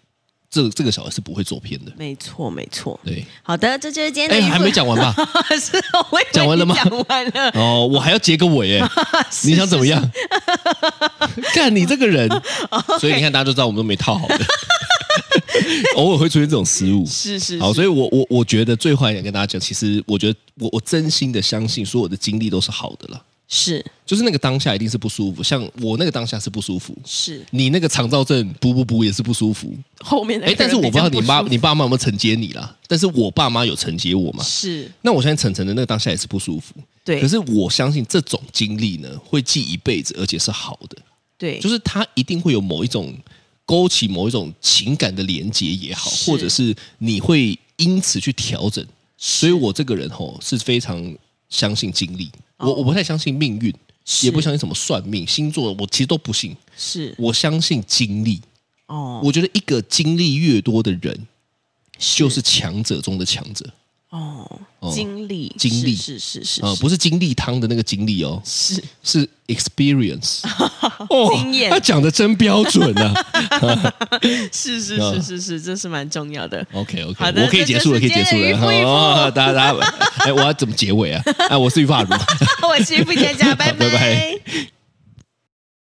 [SPEAKER 3] 这这个小孩是不会走偏的。
[SPEAKER 2] 没错没错。
[SPEAKER 3] 对，
[SPEAKER 2] 好的，这就是今天的
[SPEAKER 3] 哎，
[SPEAKER 2] 一份。
[SPEAKER 3] 还没讲完吧？
[SPEAKER 2] 是， 我以为
[SPEAKER 3] 讲完了吗
[SPEAKER 2] 你讲完了，
[SPEAKER 3] 哦，我还要结个尾 哎，你想怎么样？ 看你这个 人，所以你看大家就知道我们都没套好的， 偶尔会出现这种失误。
[SPEAKER 2] 是是
[SPEAKER 3] 好，
[SPEAKER 2] 是，
[SPEAKER 3] 所以我我我觉得最后还想跟大家讲，其实我觉得我我真心的相信，所有的经历都是好的了。
[SPEAKER 2] 是
[SPEAKER 3] 就是那个当下一定是不舒服，像我那个当下是不舒服，
[SPEAKER 2] 是
[SPEAKER 3] 你那个肠燥症补补补也是不舒服。
[SPEAKER 2] 后面的
[SPEAKER 3] 哎
[SPEAKER 2] 人，
[SPEAKER 3] 但是我不知道你妈
[SPEAKER 2] 比较
[SPEAKER 3] 你爸妈有没有承接你啦，但是我爸妈有承接我嘛
[SPEAKER 2] 不舒服。是
[SPEAKER 3] 那我相信晨晨的那个当下也是不舒服，
[SPEAKER 2] 对，
[SPEAKER 3] 可是我相信这种经历呢，会记一辈子，而且是好的，
[SPEAKER 2] 对，
[SPEAKER 3] 就是是它一定会有某一种勾起某一种情感的连结也好，
[SPEAKER 2] 是
[SPEAKER 3] 或者是你会因此去调整。所以我这个人吼是非常相信经历，
[SPEAKER 2] 哦
[SPEAKER 3] 我我不太相信命运，
[SPEAKER 2] 是
[SPEAKER 3] 也不相信什么算命、星座，我其实都不信。
[SPEAKER 2] 是
[SPEAKER 3] 我相信经历，
[SPEAKER 2] 哦，
[SPEAKER 3] 我觉得一个经历越多的人，就是强者中的强者
[SPEAKER 2] 哦
[SPEAKER 3] 哦，
[SPEAKER 2] 经历
[SPEAKER 3] 经历
[SPEAKER 2] 是是是
[SPEAKER 3] 啊、呃
[SPEAKER 2] 是
[SPEAKER 3] 不是精力汤的那个精力哦，
[SPEAKER 2] 是
[SPEAKER 3] 是 experience 哦
[SPEAKER 2] 经验
[SPEAKER 3] 他讲的真标准 啊。
[SPEAKER 2] 是是
[SPEAKER 3] 啊
[SPEAKER 2] 是是是，这是蛮重要 的。
[SPEAKER 3] OK OK，
[SPEAKER 2] 好的
[SPEAKER 3] 我可以结束了，可
[SPEAKER 2] 这
[SPEAKER 3] 以
[SPEAKER 2] 就是
[SPEAKER 3] 结束
[SPEAKER 2] 今天
[SPEAKER 3] 了。
[SPEAKER 2] 的渔夫渔夫
[SPEAKER 3] 好，大 家大家，哎，我要怎么结尾啊？哎，我是玉发如。
[SPEAKER 2] 我是傅佳佳，拜
[SPEAKER 3] 拜拜